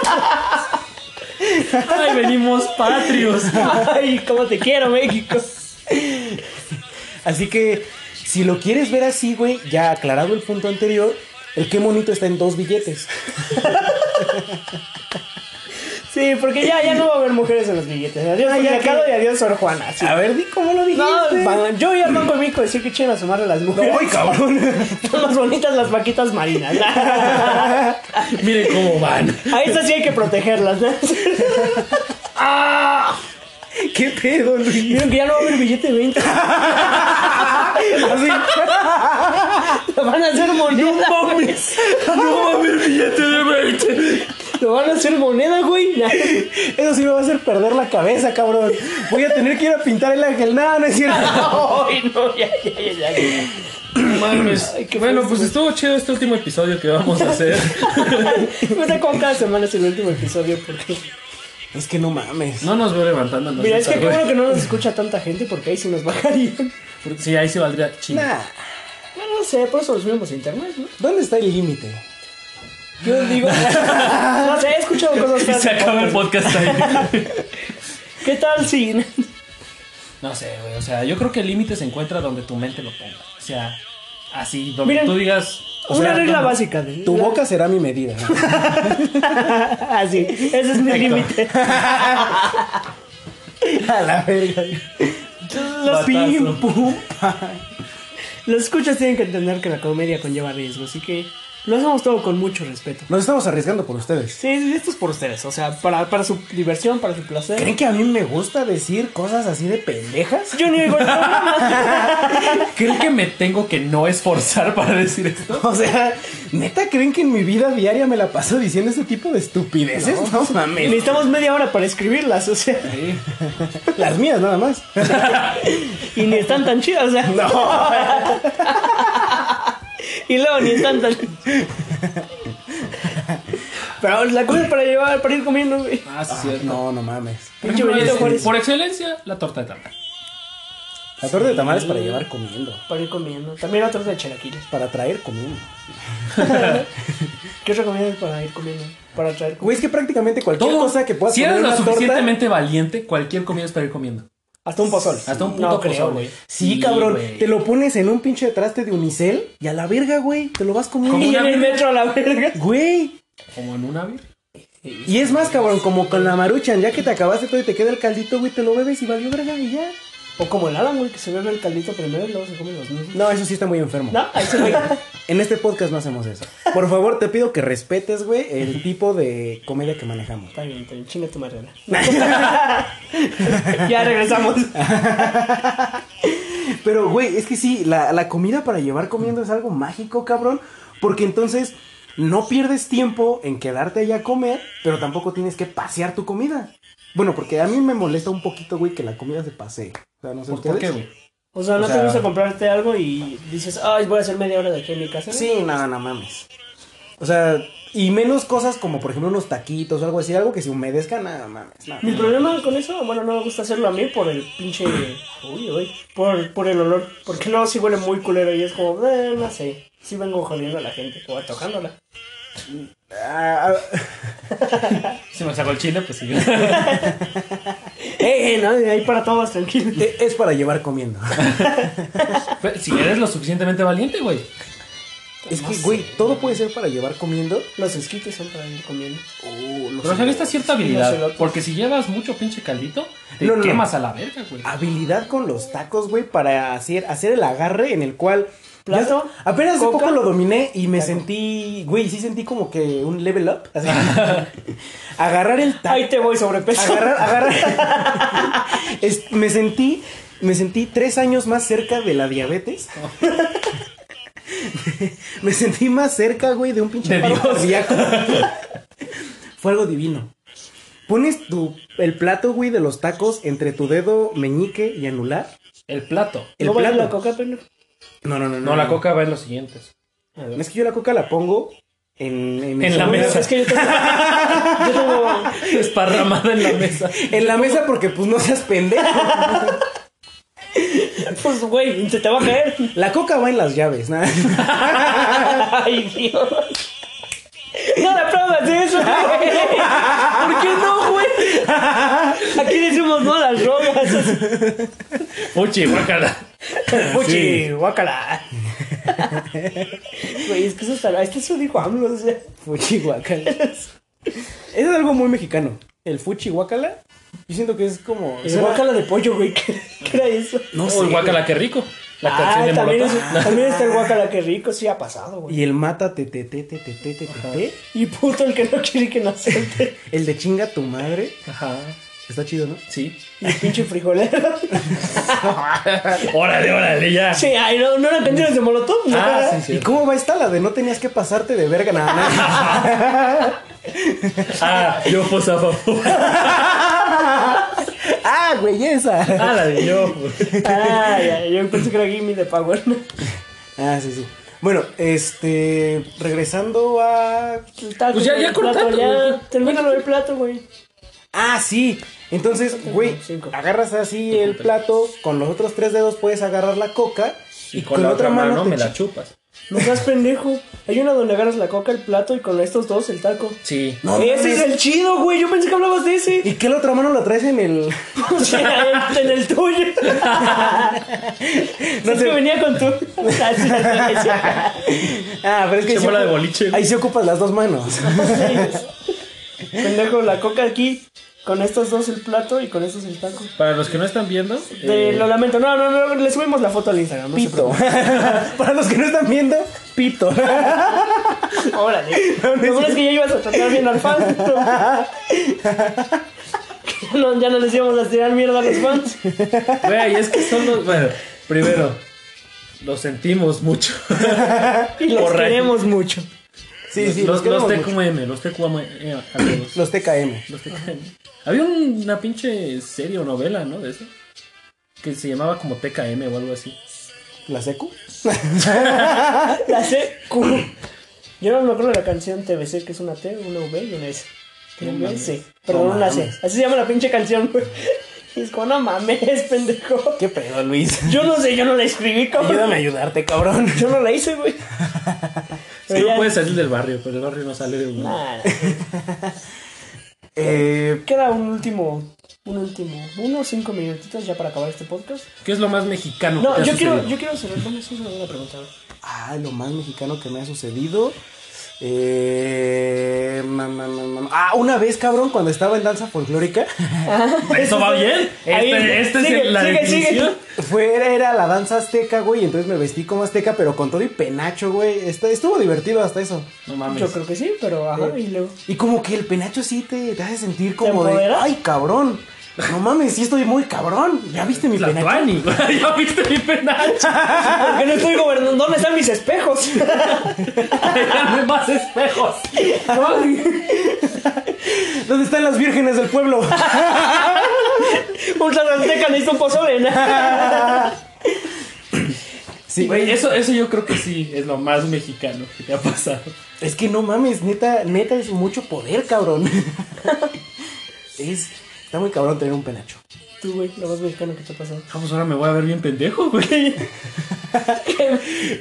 S3: Ay, venimos patrios.
S2: Ay, cómo te quiero, México.
S1: Así que, si lo quieres ver así, güey, ya aclarado el punto anterior, el qué bonito está en dos billetes.
S2: Sí, porque ya, ya no va a haber mujeres en los billetes. Adiós,
S1: Ah,
S2: Frida
S1: ya que-
S2: Kahlo y adiós, Sor Juana. sí.
S1: A ver, di cómo lo dijiste.
S2: No, van- yo voy al Banco de México a decir que echen a sumar a las mujeres.
S1: Ay, cabrón.
S2: Son más bonitas las vaquitas marinas.
S3: Miren cómo van.
S2: A esas sí hay que protegerlas. ¿no?
S1: ¿Qué pedo, Luis?
S2: Vieron que ya no va a haber billete de 20.
S1: Así,
S2: Lo van a hacer moneda.
S3: No va a haber billete de 20.
S2: Lo van a hacer moneda, güey.
S1: eso sí me va a hacer perder la cabeza, cabrón. Voy a tener que ir a pintar el ángel. No, no es cierto.
S2: Ay, no, ya, ya, ya, ya.
S3: No Mames.
S2: Ay, qué
S3: bueno,
S2: feo,
S3: pues
S2: güey.
S3: estuvo chido este último episodio que vamos a hacer.
S2: No sé cómo cada semana es el último episodio porque.
S1: Es que no mames.
S3: No nos veo levantando. nos
S2: Mira, es que qué
S3: salgo.
S2: bueno que no nos escucha tanta gente porque ahí sí nos bajarían.
S3: Sí, ahí sí valdría chingo.
S1: Nah.
S2: Bueno, no sé, por eso lo subimos a internet, ¿no?
S1: ¿Dónde está el límite?
S2: Yo digo. No sé, he escuchado cosas
S3: Y
S2: feas.
S3: Ah. se acaba el podcast ahí.
S2: ¿Qué tal si.?
S3: No sé, güey. O sea, yo creo que el límite se encuentra donde tu mente lo ponga. O sea, así, donde
S2: Miren,
S3: tú digas. o
S2: Una
S3: sea,
S2: regla
S3: no,
S2: básica. de-
S1: Tu boca será mi medida.
S2: Así, Ah, ese es mi límite.
S1: A la verga.
S2: Los
S3: Batazo.
S2: pim, pum, pa. Los escuchas tienen que entender que la comedia conlleva riesgo, así que lo hacemos todo con mucho respeto.
S1: Nos estamos arriesgando por ustedes.
S2: Sí, esto es por ustedes, o sea, para, para su diversión, para su placer.
S1: ¿Creen que a mí me gusta decir cosas así de pendejas?
S2: Yo ni digo el programa.
S3: ¿Creen que me tengo que no esforzar para decir esto?
S1: O sea, ¿neta creen que en mi vida diaria me la paso diciendo este tipo de estupideces? No, mames.
S2: Necesitamos media hora para escribirlas, o sea,
S3: Sí.
S1: Las mías nada más.
S2: y ni están tan chidas, o sea. y luego ni están tan. Pero la cosa es para llevar, para ir comiendo, güey.
S3: Ah, sí,
S1: Ah,
S3: cierto.
S1: No, no mames.
S3: Por, ejemplo,
S2: Benito
S3: es-
S2: Juárez.
S3: por excelencia, la torta de tarta.
S1: La torta de
S2: Sí.
S1: tamales para llevar comiendo.
S2: Para ir comiendo. También otros de chilaquiles.
S1: Para traer comiendo.
S2: ¿Qué recomiendas para ir comiendo? Para traer comiendo.
S1: Güey, es que prácticamente cualquier
S3: Todo.
S1: cosa que puedas
S3: si
S1: poner en
S3: eres lo
S1: una torta.
S3: suficientemente valiente, cualquier comida es para ir comiendo.
S2: Hasta un pozol.
S3: Hasta un puto
S2: No creo,
S3: pozole.
S2: güey.
S1: Sí, cabrón.
S3: güey.
S1: Te lo pones en un pinche traste de unicel y a la verga, güey. Te lo vas comiendo.
S3: Como
S2: Y en
S3: una
S2: el metro a la verga.
S1: Güey.
S3: Como en una vir.
S1: Y es más, cabrón, como con la maruchan, ya que te acabaste todo y te queda el caldito, güey, te lo bebes y valió verga y ya.
S2: O como el Alan, güey, que se bebe el caldito primero y luego se come los nudos.
S1: No, eso sí está muy enfermo.
S2: No, ahí se güey.
S1: En este podcast no hacemos eso. Por favor, te pido que respetes, güey, el tipo de comedia que manejamos.
S2: Está bien, está bien. Chinga tu madre, Alan. ya regresamos.
S1: Pero, güey, es que sí, la, la comida para llevar comiendo es algo mágico, cabrón. Porque entonces no pierdes tiempo en quedarte allá a comer, pero tampoco tienes que pasear tu comida. Bueno, porque a mí me molesta un poquito, güey, que la comida se pasee. O sea, no sé
S3: ¿Por, por qué,
S1: ustedes.
S3: güey?
S2: O sea, no
S1: O sea-
S2: te gusta comprarte algo y dices, ay, voy a hacer media hora de aquí en mi casa.
S1: Sí, nada, no, no mames. O sea, y menos cosas como, por ejemplo, unos taquitos o algo así, algo que se humedezca, nada, mames. nada.
S2: Mi problema con eso, bueno, no me gusta hacerlo a mí por el pinche. Uy, uy. Por, por el olor. Porque no, si huele muy culero y es como, eh, no sé. Si vengo jodiendo a la gente o tocándola.
S1: Ah, ah,
S3: Si me sacó el chile, pues sí.
S2: Eh, eh, no, ahí para todos, tranquilo.
S1: e- es para llevar comiendo.
S3: Pero Pues, si eres lo suficientemente valiente, güey.
S1: es que, güey, todo puede ser para llevar comiendo.
S2: Los esquites son para ir comiendo.
S1: Oh, los
S3: Pero se necesita cierta
S2: los
S3: habilidad.
S2: elotes.
S3: Porque si llevas mucho pinche caldito, te
S1: No, no, no.
S3: quemas a la verga, güey.
S1: habilidad con los tacos, güey, para hacer, hacer el agarre en el cual.
S2: Plato,
S1: Ya- apenas hace
S2: coca,
S1: poco lo dominé y me
S2: taco.
S1: sentí, güey, sí sentí como que un level up. así. agarrar el taco.
S2: Ahí te voy sobrepeso.
S1: Agarrar, agarrar. Es- me sentí, me sentí tres años más cerca de la diabetes. me sentí más cerca, güey, de un pinche
S3: De
S1: paro
S3: Dios.
S1: cardíaco. Fue algo divino. Pones tu, el plato, güey, de los tacos entre tu dedo meñique y anular.
S3: El plato.
S1: El
S2: ¿No vale
S1: plato.
S2: la coca, pendejo?
S1: No, no, no, no.
S3: No, la coca va en los siguientes.
S2: A ver.
S1: Es que yo la coca la pongo en,
S3: En la
S1: sobre-
S3: mesa.
S2: Es que yo tengo. yo tengo-
S3: Esparramada en la mesa.
S1: En la mesa porque pues no seas pendejo.
S2: Pues, güey, se te va a caer.
S1: La coca va en las llaves, nada.
S2: Ay, Dios. No le aplaudas eso, güey. ¿Por qué no, güey? Aquí decimos no a las drogas.
S3: Uchi, guácala.
S2: Puchi, guácala. Güey, es que eso está... Este eso dijo AMLO, o sea...
S1: Fuchihuacala. es algo muy mexicano. El fuchihuacala. Yo siento que es como.
S2: El
S1: suena-
S2: guácala de pollo, güey. ¿Qué, qué era eso?
S1: No sé.
S3: Uy, guácala, qué rico. La
S2: ah,
S3: canción de
S2: también,
S3: Molotov.
S2: es- también está el guácala, que rico. Sí ha pasado, güey.
S1: Y el mata te te te te te te te, te, te.
S2: Y puto el que no quiere que nos salte.
S1: El de chinga tu madre.
S3: Ajá.
S1: Está chido, ¿no?
S3: Sí.
S2: Y el pinche frijolero.
S3: Órale, órale, ya.
S2: Sí, ay, no, no eran canciones de Molotov, ¿no?
S3: Ah, sí,
S1: ¿Y
S3: sí.
S1: cómo va esta la de no tenías que pasarte de verga nada más?
S3: Ah, yo pues a favor.
S1: ah, güey, esa.
S3: Ah, la de yo.
S2: Ay, ay, yo pensé que era Gimme de Power.
S1: Ah, sí, sí. Bueno, este. Regresando a.
S3: Pues ya- ya cortando,
S2: ya.
S3: güey.
S2: Termínalo el plato, güey.
S1: Ah, sí. Entonces, güey,
S2: Cinco.
S1: agarras así el plato. Con los otros tres dedos puedes agarrar la coca.
S3: Y con, la otra mano, me la chupas.
S2: No seas pendejo. Hay una donde agarras la coca, el plato y con estos dos el taco.
S3: Sí.
S1: No,
S2: ese
S1: mames.
S2: es el chido, güey. Yo pensé que hablabas de ese.
S1: ¿Y qué la otra mano la traes en el.?
S2: O sea, en el tuyo. no
S1: sé.
S2: se venía con tu.
S1: Ah, pero es que.
S3: Se
S1: ahí sí
S3: bola de
S1: ocu-
S3: boliche, güey.
S1: Ahí sí ocupas las dos manos.
S2: pendejo, la coca aquí. Con estos dos el plato y con estos el taco.
S3: Para los que no están viendo,
S2: Te
S3: eh,
S2: lo lamento. No, no, no. Le subimos la foto al Instagram. No se
S1: Pito. Para los que no están viendo, pito.
S2: preocupen. Órale. Lo bueno es que ya ibas a tratar bien al fan. No, ya no les íbamos a tirar mierda a los fans.
S3: güey, es que son los. Bueno, primero, lo sentimos mucho.
S2: Y los
S3: Correcto.
S2: queremos mucho.
S1: Sí, sí,
S3: los,
S1: los,
S3: los
S1: queremos mucho.
S3: TQM, los TQM. eh, amigos,
S1: Los TKM.
S3: los TQM. Había una pinche serie o novela, ¿no? De eso. Que se llamaba como TKM o algo así.
S1: ¿La secu?
S2: La C. Yo no me acuerdo de la canción TBC, que es una T, una V y una S. TBC. Perdón,
S1: No
S2: una C.
S1: mames.
S2: Así se llama la pinche canción, güey. Es como, no mames, pendejo.
S1: ¿Qué pedo, Luis?
S2: Yo no sé, yo no la escribí, cabrón.
S1: Ayúdame a ayudarte, cabrón.
S2: Yo no la hice, güey.
S3: Sí,
S2: Pero ya-
S3: no puedes salir del barrio, pero el barrio no sale de un...
S2: Nah, nah.
S1: Eh,
S2: Queda un último, un último, unos cinco minutitos ya para acabar este podcast.
S3: ¿Qué es lo más mexicano que
S2: No,
S3: te ha
S2: yo quiero,
S3: sucedido?
S2: yo quiero cerrar con eso, es una buena pregunta.
S1: ah, lo más mexicano que me ha sucedido. Eh, ma, ma, ma, ma, ma. Ah, una vez, cabrón, cuando estaba en danza folclórica.
S3: ¿Esto va bien? Este, este es el- la definición.
S1: Fue, era, era la danza azteca, güey, y entonces me vestí como azteca, pero con todo y penacho, güey. Está- estuvo divertido hasta eso.
S3: No mames.
S2: Yo creo que sí, pero ajá,
S1: Eh,
S2: y luego.
S1: Y como que el penacho sí te, te hace sentir como de,
S2: empodera?
S1: ay, cabrón. No mames, sí estoy muy cabrón. ¿Ya viste mi penacho?
S3: Tlatuani. ¿Ya viste mi penacho?
S2: Porque no estoy gobernando, ¿dónde están mis espejos?
S3: Dame más espejos.
S1: ¿Dónde están las vírgenes del pueblo?
S2: un tlaxcalteca necesita un pozole. ¿no?
S1: sí,
S3: Güey, eso, eso yo creo que sí es lo más mexicano que te ha pasado.
S1: Es que no mames, neta, neta es mucho poder, cabrón. es, está muy cabrón tener un penacho.
S2: Tú, güey, lo más mexicano que te ha pasado.
S3: Vamos, ahora me voy a ver bien pendejo, güey.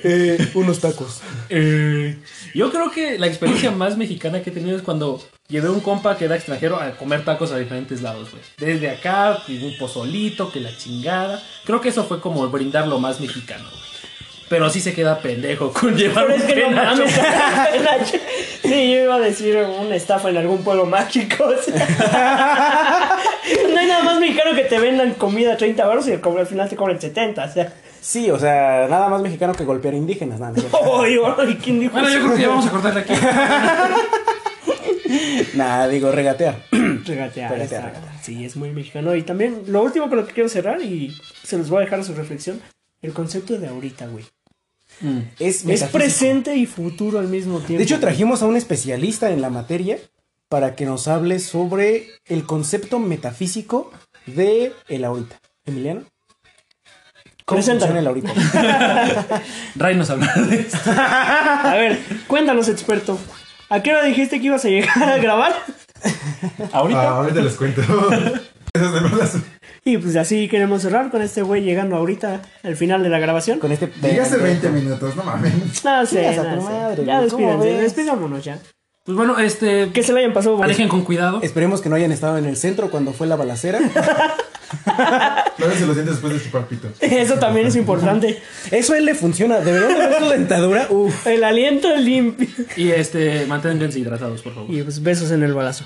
S1: Eh, unos tacos.
S3: Eh, yo creo que la experiencia más mexicana que he tenido es cuando llevé un compa que era extranjero a comer tacos a diferentes lados, güey. Desde acá, un pozolito, que la chingada. Creo que eso fue como brindar lo más mexicano, güey. Pero sí se queda pendejo con llevar
S2: Pero es
S3: un
S2: que no
S3: penacho.
S2: mames, penacho. Sí, yo iba a decir una estafa en algún pueblo mágico. o sea. no hay nada más mexicano que te vendan comida a 30 baros y al cobrar- al final te cobran 70. O sea,
S1: Sí, o sea, nada más mexicano que golpear indígenas, nada. no es cierto.
S2: oh, digo, ay, ¿quién dijo
S3: Bueno, yo creo que ya vamos a cortarle aquí.
S1: Nada, digo, regatear.
S2: Regatear,
S1: Regatear,
S2: está.
S1: regatear.
S2: ah, Sí, es muy mexicano. Y también, lo último con lo que quiero cerrar, y se los voy a dejar a su reflexión, el concepto de ahorita, güey.
S3: Mm.
S1: Es,
S2: Es
S1: metafísico.
S2: presente y futuro al mismo tiempo.
S1: De hecho, trajimos a un especialista en la materia para que nos hable sobre el concepto metafísico de el ahorita. Emiliano. ¿Cómo
S2: Preséntalo.
S1: funciona el ahorita?
S3: Ray nos habló de esto.
S2: A ver, cuéntanos, experto. ¿A qué hora dijiste que ibas a llegar a grabar?
S3: Ahorita.
S4: Ah, ahorita les cuento. Esas de verdad son-
S2: Y pues así queremos cerrar con este güey llegando ahorita al final de la grabación.
S1: Con este.
S4: Llegué hace 20 minutos, no mames.
S2: No sé,
S1: Chingas a
S2: no
S1: tu
S2: sé.
S1: madre,
S2: Ya
S1: güey, ¿cómo
S2: despídense,
S1: ves?
S2: despidámonos ya.
S3: Pues bueno, este.
S2: Que se lo hayan pasado bonito.
S3: Manejen con cuidado.
S1: Esperemos que no hayan estado en el centro cuando fue la balacera.
S4: Lávese los dientes después de chupar pito.
S2: Eso también es importante.
S1: Eso a él le funciona. Debería de ver su dentadura. Uf.
S2: El aliento limpio.
S3: Y este, manténganse hidratados, por favor.
S2: Y pues besos en el balazo.